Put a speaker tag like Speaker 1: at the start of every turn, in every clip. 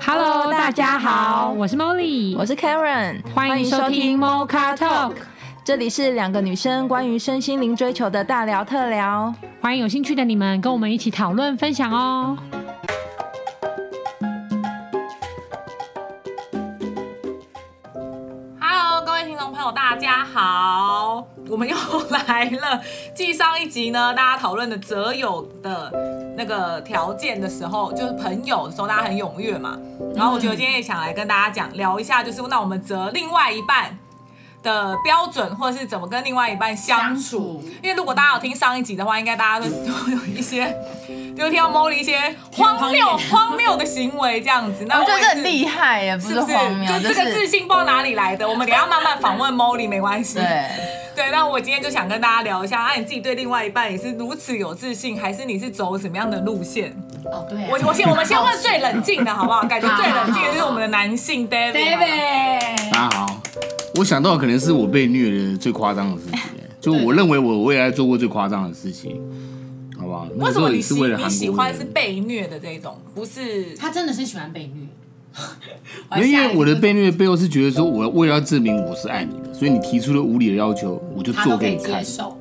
Speaker 1: Hello，大家好，我是 Molly，
Speaker 2: 我是 Karen，
Speaker 1: 欢迎收听 Mocha Talk，
Speaker 2: 这里是两个女生关于身心灵追求的大聊特聊。
Speaker 1: 欢迎有兴趣的你们跟我们一起讨论分享哦。
Speaker 3: Hello，各位听众朋友，大家好，我们又来了。继上一集呢，大家讨论的择友的那个条件的时候，就是朋友的时候，大家很踊跃嘛。然后我觉得今天也想来跟大家讲聊一下，就是那我们择另外一半的标准，或者是怎么跟另外一半相处。因为如果大家有听上一集的话，应该大家都都有一些，就听到 Molly 一些荒谬荒谬的行为这样子。那
Speaker 4: 我觉得
Speaker 3: 也
Speaker 4: 这
Speaker 3: 是
Speaker 4: 很厉害耶，不
Speaker 3: 是
Speaker 4: 是
Speaker 3: 不是
Speaker 4: 荒？谬，
Speaker 3: 就这个自
Speaker 4: 是
Speaker 3: 信不知道哪里来的，我们等一下慢慢访问 Molly 没关系。
Speaker 4: 对，
Speaker 3: 对，那我今天就想跟大家聊一下，那、啊你自己对另外一半也是如此有自信，还是你是走怎么样的路线？
Speaker 4: 哦对
Speaker 3: 我我先我们先问最冷静的好不好？感觉最冷静的就是我们的男性 David。
Speaker 5: 大家好，我想到的可能是我被虐的最夸张的事情，欸就我认为我未来做过最夸张的事情，好不好？
Speaker 3: 为
Speaker 5: 那个
Speaker 3: 什
Speaker 5: 时候
Speaker 3: 么你
Speaker 5: 也
Speaker 3: 喜
Speaker 5: 是为了
Speaker 3: 你
Speaker 5: 韩
Speaker 3: 喜
Speaker 5: 国
Speaker 3: 欢是
Speaker 5: 人，
Speaker 3: 被虐的这种，不是？
Speaker 6: 他真的是喜欢被 虐，
Speaker 5: 因为我的被虐背后是觉得说，我为了要证明我是爱你的，所以你提出了无理的要求，我就
Speaker 6: 他
Speaker 5: 做
Speaker 6: 都可
Speaker 5: 给
Speaker 6: 以
Speaker 5: 你看
Speaker 6: 接。受。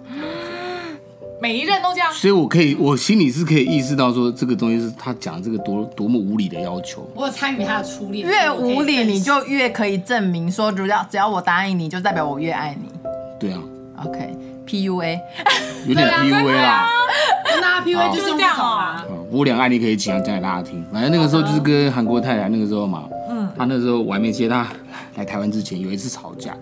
Speaker 3: 每一任都这样，
Speaker 5: 所以，我可以，我心里是可以意识到说，这个东西是他讲这个多多么无理的要求。
Speaker 6: 我有参与他的初恋，所
Speaker 4: 越
Speaker 6: 以我可以
Speaker 4: 无理
Speaker 6: 分析
Speaker 4: 你就越可以证明说，只要只要我答应你，就代表我越爱你。
Speaker 5: 对啊，
Speaker 4: OK，PUA，
Speaker 5: 有点 PUA 啦。
Speaker 6: 跟大家 PUA
Speaker 5: 好
Speaker 6: 就是用
Speaker 3: 就这样
Speaker 4: 哦
Speaker 6: 种啊，
Speaker 5: 啊我有两个案例可以讲讲给大家听。反正那个时候就是跟韩国太太那个时候嘛，嗯，她那时候我还没接她来台湾之前，有一次吵架，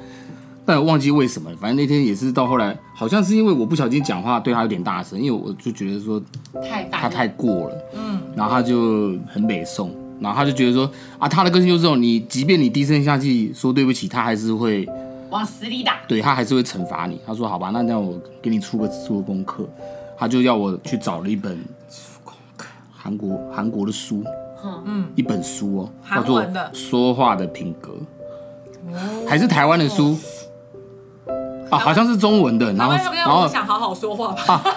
Speaker 5: 但我忘记为什么了。反正那天也是到后来，好像是因为我不小心讲话对她有点大声，因为我就觉得说
Speaker 6: 太
Speaker 5: 她
Speaker 6: 大
Speaker 5: 太过了，嗯，然后她就很美颂，然后她就觉得说啊，她的个性就是这种，你即便你低声下气说对不起，她还是会
Speaker 6: 往死里打，
Speaker 5: 对他还是会惩罚你。他说：“好吧，那让我给你出个出个功课。”他就要我去找了一本韩国韩国的书，嗯，一本书哦，叫
Speaker 3: 韩
Speaker 5: 做
Speaker 3: 文的
Speaker 5: 《说话的品格》，还是台湾的书啊，好像是中文的。然
Speaker 3: 然
Speaker 5: 后
Speaker 3: 后就跟
Speaker 5: 然
Speaker 3: 我
Speaker 5: 后啊
Speaker 3: 想好好说话吧。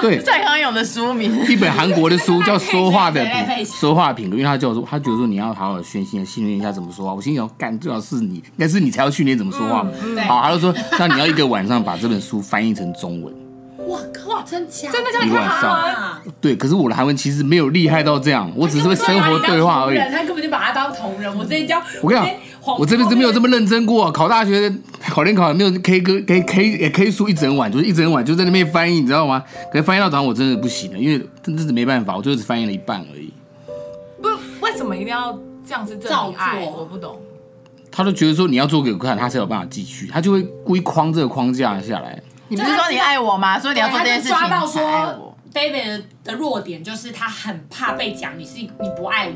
Speaker 5: 对，
Speaker 4: 蔡康永的书名。
Speaker 5: 一本韩国的书叫《说话 的
Speaker 6: 谁在
Speaker 5: 品
Speaker 6: 背
Speaker 5: 说话品格》，因为他叫我说，他觉得说你要好好训练训练一下怎么说话。我心想，干，最好是你，应该是你才要训练怎么说话。
Speaker 4: 嗯
Speaker 5: 好，他就说，那你要一个晚上把这本书翻译成中文。
Speaker 6: 哇靠，真假？
Speaker 3: 真的叫
Speaker 5: 一
Speaker 3: 你看
Speaker 5: 晚
Speaker 3: 韩文？
Speaker 4: 啊
Speaker 5: 上，对，可是我的韩文其实没有厉害到这 样，我只是会生活对话而已
Speaker 6: 他根本就把你当同。人他根本就把他当同人。我这一教，
Speaker 5: 我跟你
Speaker 4: 哎
Speaker 5: 讲，我这辈子没有这么认真过、考大学考联考也没有 K 歌 K K 也 K 书一整晚，就是一整晚就在那边翻译，你知道吗？可是翻译到早上我真的不行了，因为真的是没办法，我就只翻译了一半而已。
Speaker 3: 不，为什么一定要这样是真
Speaker 6: 照做
Speaker 3: 爱？我不懂。
Speaker 5: 他都觉得说你要做给我看，他才有办法继续，他就会故意框这个框架下来。
Speaker 4: 你不是说你爱我吗？所以
Speaker 6: 对，
Speaker 4: 你要做
Speaker 6: 他
Speaker 4: 这件
Speaker 6: 就
Speaker 4: 事情。
Speaker 6: 抓到
Speaker 4: 你才爱
Speaker 6: 说
Speaker 4: 我
Speaker 6: David 的弱点就是他很怕被讲你是你不爱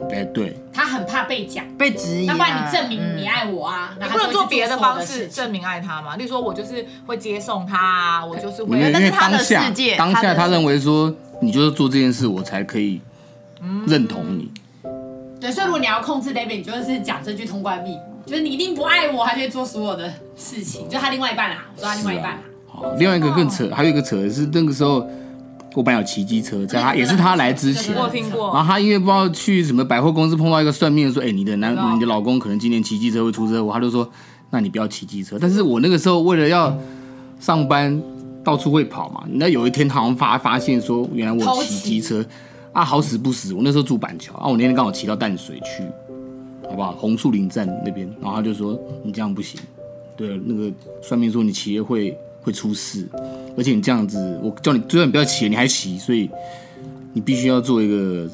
Speaker 6: 我，
Speaker 5: 哎，对，
Speaker 6: 他很怕被讲。
Speaker 4: 被质疑啊，
Speaker 6: 那不然你证明你
Speaker 4: 嗯
Speaker 6: 爱我啊？你
Speaker 3: 你不能做别的方式证明爱他嘛？例如说，我就是会接送他啊，我就是
Speaker 5: 没
Speaker 3: 会
Speaker 5: 有，因
Speaker 4: 那
Speaker 5: 为
Speaker 4: 是他
Speaker 5: 当
Speaker 4: 的
Speaker 5: 下
Speaker 4: 世界
Speaker 5: 当
Speaker 4: 他
Speaker 5: 下
Speaker 4: 的
Speaker 5: 他认为说你就是做这件事，我才可以认同你。
Speaker 6: 对，所以如果你要控制 David，你就是讲这句通关密语，就是你一定不爱我，他就会做所有的事情，就他另外一半啦、我说他另外一半啊啦、
Speaker 5: 哦另外一个更扯，还有一个扯的是那个时候我本来有骑机
Speaker 4: 哦
Speaker 5: 车，在他也是他来之前
Speaker 6: 那个真的很扯
Speaker 3: 我有听
Speaker 6: 那个真的很扯。
Speaker 3: 过
Speaker 6: 嗯
Speaker 5: 然。后他因为不知道去什么百货公司碰到一个算命的说，哎、你的男
Speaker 3: 道
Speaker 5: 你的老公可能今年骑机车会出车祸，他就说，那你不要骑机车。但是我那个时候为了要上班，到处会跑嘛。那有一天他好像发发现说，原来我
Speaker 6: 偷
Speaker 5: 骑
Speaker 6: 骑
Speaker 5: 机车啊，好死不死，我那时候住板桥啊，我那天刚好骑到淡水去，好不好？红树林站那边，然后他就说你这样不行，对，那个算命说你骑了会会出事，而且你这样子，我叫你就算你不要骑，你还骑，所以你必须要做一个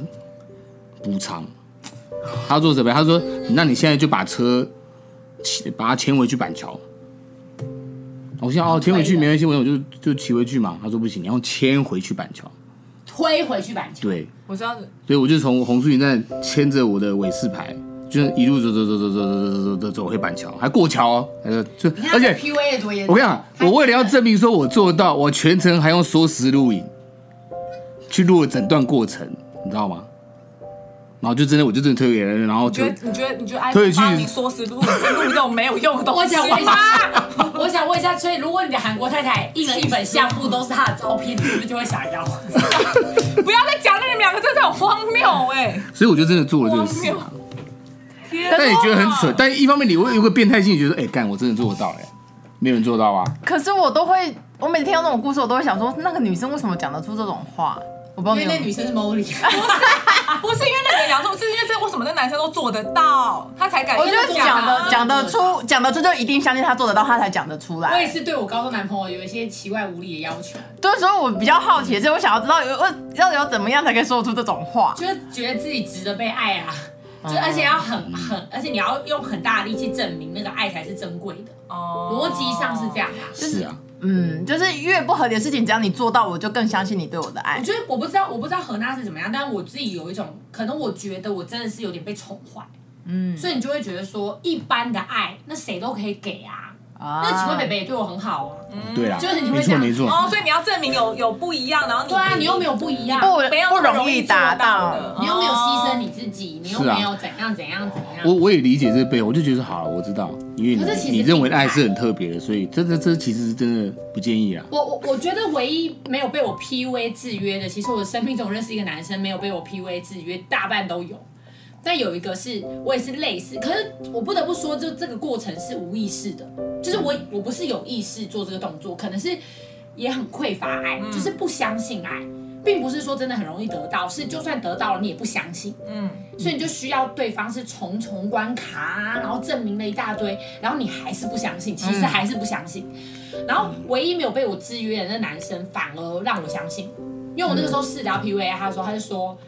Speaker 5: 补偿。他做什么？他说：“那你现在就把车骑，把它牵回去板桥。”我想哦，牵回去没关系，我我就就骑回去嘛。他说不行，你要牵回去板桥。
Speaker 6: 推回去板桥，
Speaker 5: 对，
Speaker 3: 我知道，
Speaker 5: 所以我就从红树林站牵着我的尾士牌，就是一路走走走走走走走走走走回板桥，还过桥哦，呃，就
Speaker 6: 你看
Speaker 5: 而
Speaker 6: 他
Speaker 5: 且
Speaker 6: PUA 多严
Speaker 5: 我
Speaker 6: 重。
Speaker 5: 跟你讲，我为了要证明说我做到，我全程还用缩时录影去录了整段过程，你知道吗？然后就真的，我就真的推给人，然后
Speaker 3: 你
Speaker 5: 就
Speaker 3: 觉得你觉得你觉得爱
Speaker 5: 退去
Speaker 3: 帮你说实录录这种没有用的东
Speaker 6: 我
Speaker 3: 西
Speaker 6: 想问一
Speaker 3: 吗？
Speaker 6: 下， 我想问一下，所以如果你的韩国太太印了一本相簿都是他的照片，你是不是就会想要？
Speaker 3: 不要再讲那你们两个真的很荒谬哎、
Speaker 5: 所以我就真的做了这个事、啊
Speaker 3: 荒。觉
Speaker 5: 但
Speaker 3: 得
Speaker 5: 也觉得很蠢。但一方面你会有个变态心理，觉得哎干、我真的做得到哎、没有人做到啊。
Speaker 4: 可是我都会，我每天有那种故事，我都会想说，那个女生为什么讲得出这种话？我不知道
Speaker 6: 因
Speaker 4: 你
Speaker 6: 为
Speaker 4: 有
Speaker 6: 那女生是 Molly，
Speaker 3: 不是因为那个讲说，是因为这为什么那男生都做得到，他才敢
Speaker 4: 我觉得讲
Speaker 6: 因为
Speaker 4: 的
Speaker 6: 我
Speaker 4: 讲得出，讲得出就一定相信他做得到，他才讲得出
Speaker 6: 我也
Speaker 4: 来。
Speaker 6: 是对我高中男朋友有一些奇怪无理的要求，
Speaker 4: 对，所以我比较好奇的是，我想要知道有我要有怎么样才可以说出这种话。
Speaker 6: 就是觉得自己值得被爱啊，就而且要很很，而且你要用很大的力气证明那个爱才是珍贵的，逻
Speaker 3: 逻
Speaker 6: 辑上是这。样啊。
Speaker 5: 是啊，
Speaker 4: 嗯，就是越不合理的事情，只要你做到，我就更相信你对我的爱
Speaker 6: 我。觉得我不知道，我不知道何娜是怎么样，但我自己有一种，可能我觉得我真的是有点被宠坏，嗯，所以你就会觉得说，一般的爱，那谁都可以给啊。
Speaker 4: 啊
Speaker 6: 那请问北北也对我很好啊，
Speaker 5: 对啦，
Speaker 6: 就是你会
Speaker 5: 没
Speaker 6: 这
Speaker 5: 错
Speaker 6: 样
Speaker 5: 没错。
Speaker 3: 哦，所以你要证明有有不一样，然后你
Speaker 6: 对啊，你又没有不一样，
Speaker 4: 不
Speaker 3: 没有
Speaker 4: 不
Speaker 3: 那么
Speaker 4: 容易达
Speaker 3: 到
Speaker 4: 到
Speaker 3: 的，
Speaker 6: 你又没有牺牲
Speaker 3: 哦。
Speaker 6: 你自己，你又
Speaker 5: 是啊
Speaker 6: 没有怎样怎样怎样。
Speaker 5: 我我也理解这背后，我就觉得好了，我知道，因为
Speaker 6: 可是其实
Speaker 5: 你你认为的爱是很特别的，所以这这这其实是真的不建议啊。
Speaker 6: 我我我觉得唯一没有被我 PUA 制约的，其实我的生命中认识一个男生没有被我 PUA 制约，大半都有。但有一个是我也是类似，可是我不得不说，就这个过程是无意识的，就是我我不是有意识做这个动作，可能是也很匮乏爱，
Speaker 3: 嗯
Speaker 6: 就是不相信爱，并不是说真的很容易得到，是就算得到了你也不相信，
Speaker 3: 嗯，
Speaker 6: 所以你就需要对方是重重关卡啊，然后证明了一大堆，然后你还是不相信，其
Speaker 3: 嗯
Speaker 6: 实还是不相信。然后唯一没有被我制约的那男生，反而让我相信，因为我那个时候试聊 PUA 他的时候，他就说，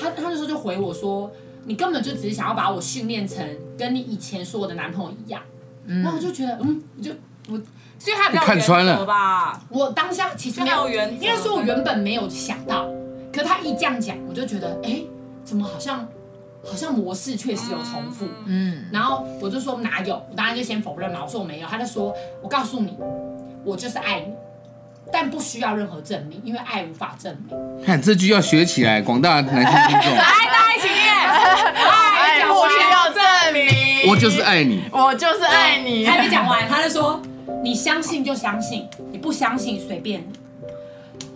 Speaker 6: 他他那时候就回我说，你根本就只是想要把我训练成跟你以前说我的男朋友一样。然后我就觉得，嗯，我就
Speaker 3: 所以他比较
Speaker 5: 看穿了
Speaker 3: 原则吧？
Speaker 6: 我当下其实
Speaker 3: 就
Speaker 6: 没
Speaker 3: 没有
Speaker 6: 有
Speaker 3: 原则，
Speaker 6: 应该说，我原本没有想到，可他一这样讲，我就觉得，哎，怎么好像好像模式确实有重复。
Speaker 4: 嗯，
Speaker 6: 然后我就说哪有，我当然就先否认嘛，我说我没有。他就说，我告诉你，我就是爱你，但不需要任何证明，因为爱无法证明。
Speaker 5: 看这句要学起来，广大男性听 众，
Speaker 3: 爱大家一起念，
Speaker 4: 爱
Speaker 6: 讲
Speaker 4: 不
Speaker 6: 完
Speaker 4: 需哎要证明，
Speaker 5: 我就是，爱你，
Speaker 4: 我就是爱你。
Speaker 6: 哦还没讲完，他就说，你相信就相信，你不相信随便你。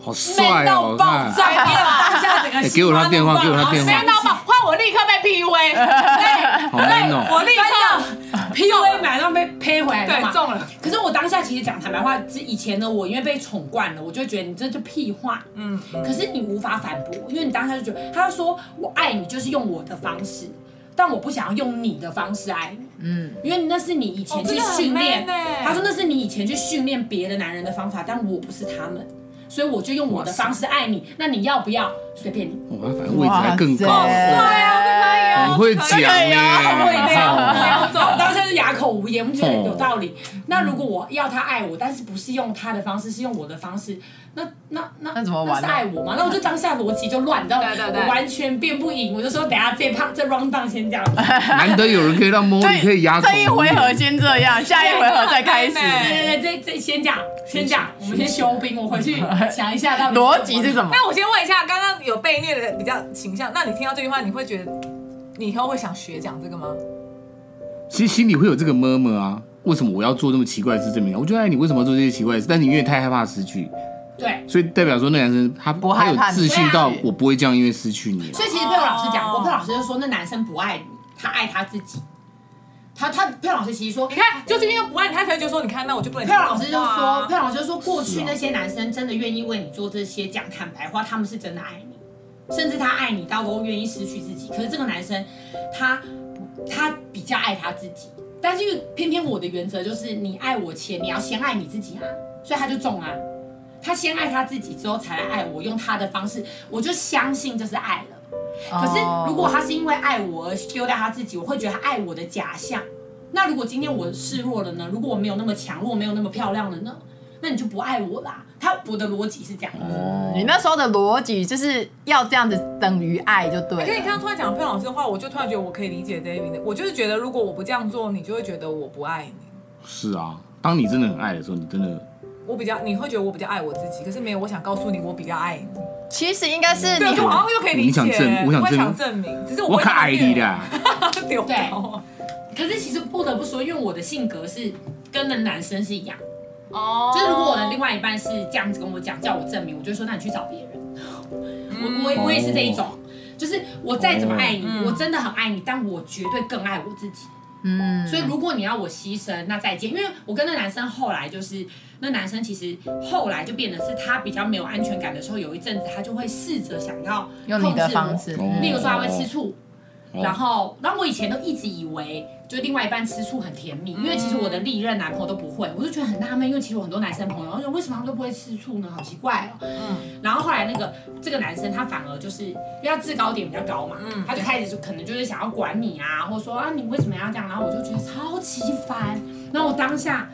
Speaker 5: 好
Speaker 3: 美
Speaker 5: 帅
Speaker 3: 到
Speaker 5: 哦！
Speaker 3: 爆
Speaker 5: 看，
Speaker 3: 炸，念了当下整个
Speaker 5: 哎给我他电话，给我他电
Speaker 3: 美
Speaker 5: 话，
Speaker 3: 到爆，换我立刻被 PUA，
Speaker 5: 好 man 哦！
Speaker 3: 我 立刻
Speaker 6: PUA 买到被呸回来的嘛
Speaker 3: 对中了。
Speaker 6: 可是我当下其实讲坦白话，之以前的我因为被宠惯了，我就会觉得你这就屁话。
Speaker 3: 嗯，
Speaker 6: 可是你无法反驳，因为你当下就觉得，他就说我爱你就是用我的方式，但我不想要用你的方式爱你。嗯，因为那是你以
Speaker 3: 哦
Speaker 6: 前
Speaker 3: 真
Speaker 6: 去
Speaker 3: 的很
Speaker 6: 训练，
Speaker 3: man 欸
Speaker 6: 他说那是你以前去训练别的男人的方法，但我不是他们，所以我就用我的方式爱你。那你要不要？随便你。
Speaker 5: 哇，反正位置还更高，
Speaker 4: 哇塞
Speaker 3: 哎
Speaker 5: 很
Speaker 3: 呦
Speaker 5: 会讲
Speaker 4: 这个也要
Speaker 5: 哎，
Speaker 3: 要
Speaker 6: 然后当下是哑口无言，我觉得有道理。那
Speaker 4: 嗯
Speaker 6: 如果我要他爱我，但是不是用他的方式，是用我的方式，那那那
Speaker 4: 那怎么玩
Speaker 6: 是
Speaker 4: 呢
Speaker 6: 爱我吗？那我就当下逻辑就乱，你知道吗？
Speaker 3: 对对对
Speaker 6: 我完全辩不赢，我就说等下这趴这 round down 先这 样子。
Speaker 5: 难得有人可以让 Molly 可以压住
Speaker 4: 这一回合先这样，下一回合再开始。
Speaker 3: 对
Speaker 6: 对对对，这这先这样，先这样，我们先休兵，我回去想一下到底
Speaker 4: 逻辑是什么？
Speaker 3: 那我先问一下，刚刚有被虐的比较倾向，那你听到这句话，你会觉得你以后会想学讲这个吗？
Speaker 5: 其实心里会有这个么么啊，为什么我要做这么奇怪的事证明啊？我就爱你，为什么要做这些奇怪的事？但你因为太害怕失去，
Speaker 6: 对。
Speaker 5: 所以代表说那男生他
Speaker 4: 不
Speaker 5: 他
Speaker 4: 害
Speaker 5: 有
Speaker 4: 怕
Speaker 5: 自信
Speaker 6: 对啊
Speaker 5: 到我不会这样，因为失去你啊。
Speaker 6: 所以其实佩蓉老师讲
Speaker 4: 哦
Speaker 6: 过，佩蓉老师就说那男生不爱你，他爱他自己。他他佩蓉老师其实说
Speaker 3: 你看，就是因为不爱你，他才会觉得说，你看，那我就不能
Speaker 6: 佩
Speaker 3: 讲这
Speaker 6: 蓉老
Speaker 3: 种
Speaker 6: 师就
Speaker 3: 话
Speaker 6: 说，
Speaker 3: 啊。
Speaker 6: 佩蓉老师就说，过
Speaker 5: 是
Speaker 6: 去
Speaker 5: 啊
Speaker 6: 那些男生真的愿意为你做这些，讲坦白话，他们是真的爱你，甚至他爱你到都愿意失去自己。可是这个男生，他他比较爱他自己，但是因为偏偏我的原则就是，你爱我前，你要先爱你自己啊，所以他就中啊，他先爱他自己之后才来爱我，用他的方式，我就相信这是爱了。可是
Speaker 4: 哦
Speaker 6: 如果他是因为爱我而丢掉他自己，我会觉得他爱我的假象。那如果今天我示弱了呢？如果我没有那么强，如果没有那么漂亮了呢？那你就不爱我啦。他我的逻辑是这样子，
Speaker 5: 哦
Speaker 4: 你那时候的逻辑就是要这样子等于爱就对
Speaker 3: 可是你
Speaker 4: 了。
Speaker 3: 刚刚突然讲佩蓉老师的话，我就突然觉得我可以理解 David 的。我就是觉得，如果我不这样做，你就会觉得我不爱你。
Speaker 5: 是啊，当你真的很爱的时候，你真的
Speaker 3: 我比较，你会觉得我比较爱我自己，可是没有，我想告诉你，我比较爱你。
Speaker 4: 其实应该是
Speaker 3: 对，我
Speaker 4: 你
Speaker 3: 就好像又可以理解。
Speaker 5: 我想证我想证
Speaker 3: 会想证明，只是我
Speaker 5: 我
Speaker 3: 不会
Speaker 5: 可爱你
Speaker 3: 这么
Speaker 5: 啦。
Speaker 3: 虐，丢掉。
Speaker 6: 可是其实不得不说，因为我的性格是跟那男生是一样，
Speaker 3: 哦
Speaker 6: 就是如果我的另外一半是这样子跟我讲，叫我证明，我就说那你去找别人。我我我也是这一种，就是我再怎么爱你，
Speaker 3: 哦嗯
Speaker 6: 我真的很爱你，但我绝对更爱我自己。
Speaker 4: 嗯，
Speaker 6: 所以如果你要我牺牲，那再见。因为我跟那男生后来就是，那男生其实后来就变得是他比较没有安全感的时候，有一阵子他就会试着想要
Speaker 4: 用
Speaker 6: 控
Speaker 4: 你
Speaker 6: 制
Speaker 4: 的
Speaker 6: 我
Speaker 4: 方式，嗯
Speaker 5: 控制我
Speaker 6: 例如说他会吃醋，
Speaker 5: 哦
Speaker 6: 然后，然后我以前都一直以为，就另外一半吃醋很甜蜜，因为其实我的
Speaker 5: 嗯
Speaker 6: 历任男朋友都不会，我就觉得很纳闷，因为其实我很多男生朋友，我想为什么他们都不会吃醋呢？好奇怪哦。
Speaker 3: 嗯
Speaker 6: 然后后来那个这个男生他反而就是因为他制高点比较高嘛，
Speaker 3: 嗯
Speaker 6: 他就开始就可能就是想要管你啊，或者说啊你为什么要这样，然后我就觉得超级烦，然后我当下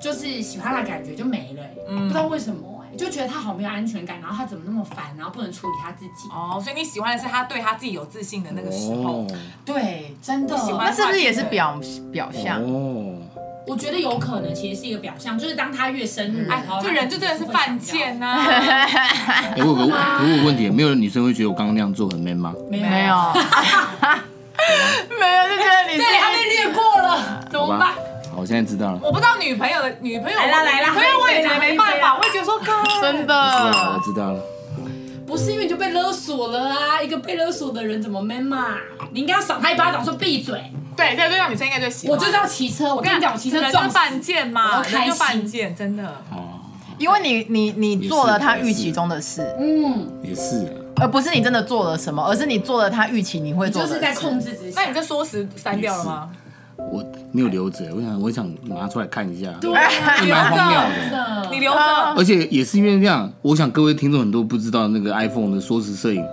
Speaker 6: 就是喜欢他的感觉就没了欸、不知
Speaker 3: 嗯
Speaker 5: 嗯
Speaker 6: 道为什么、欸，就觉得他好没有安全感，然后他怎么那么烦，然后不能处理他自己，
Speaker 3: 哦，所以你喜欢的是他对他自己有自信的那个时
Speaker 5: 哦
Speaker 3: 候，
Speaker 6: 对，真的，
Speaker 3: 喜欢
Speaker 4: 那是不是也是表表象？
Speaker 5: 哦，
Speaker 6: 我觉得有可能其实是一个表象，就是当他越深
Speaker 1: 嗯
Speaker 6: 入，
Speaker 3: 哎
Speaker 6: 然
Speaker 1: 哦
Speaker 6: 后，他
Speaker 3: 这人就真的是犯贱啊呐、
Speaker 5: 哎、我有个我有个问题，没有女生会觉得我刚刚那样做很 man 吗？
Speaker 6: 没
Speaker 4: 没有，没有就觉得你
Speaker 6: 对，他被
Speaker 4: 是
Speaker 6: 略过了，怎
Speaker 5: 好
Speaker 6: 么办
Speaker 5: 吧？，好，我现在知道了，
Speaker 3: 我不知道女朋友的女朋友
Speaker 6: 来啦来啦
Speaker 3: 女朋友我也觉得
Speaker 6: 喝一杯
Speaker 3: 没
Speaker 6: 啦
Speaker 3: 办法，我也觉得说，靠，
Speaker 4: 真
Speaker 5: 好我
Speaker 4: 的，
Speaker 5: 知道了，
Speaker 6: 不是因为你就被勒索了啊！一个被勒索的人怎么 man 嘛？你应该要赏他一巴掌，说闭嘴！
Speaker 3: 对，这个对象女生应该就喜欢。
Speaker 6: 我就是要骑车，我跟你讲，我骑车
Speaker 3: 人就
Speaker 6: 撞死
Speaker 3: 犯贱嘛，
Speaker 6: 我开心
Speaker 3: 人就犯贱，真的。
Speaker 5: 哦，
Speaker 4: 因为你你你做了他预期中的事，
Speaker 6: 嗯，
Speaker 5: 也是啊，
Speaker 4: 而不是你真的做了什么，而是你做了他预期你会
Speaker 6: 你
Speaker 4: 做
Speaker 6: 就
Speaker 4: 的事。
Speaker 6: 是在控制之下。
Speaker 3: 那你这说辞删掉了吗？
Speaker 5: 我没有留着，我想我想拿出来看一下，
Speaker 6: 对啊，
Speaker 5: 也蛮荒谬的。
Speaker 6: 的
Speaker 3: 你留着，
Speaker 6: 呃
Speaker 5: 而且也是因为这样，我想各位听众很多不知道那个 iPhone 的缩时摄影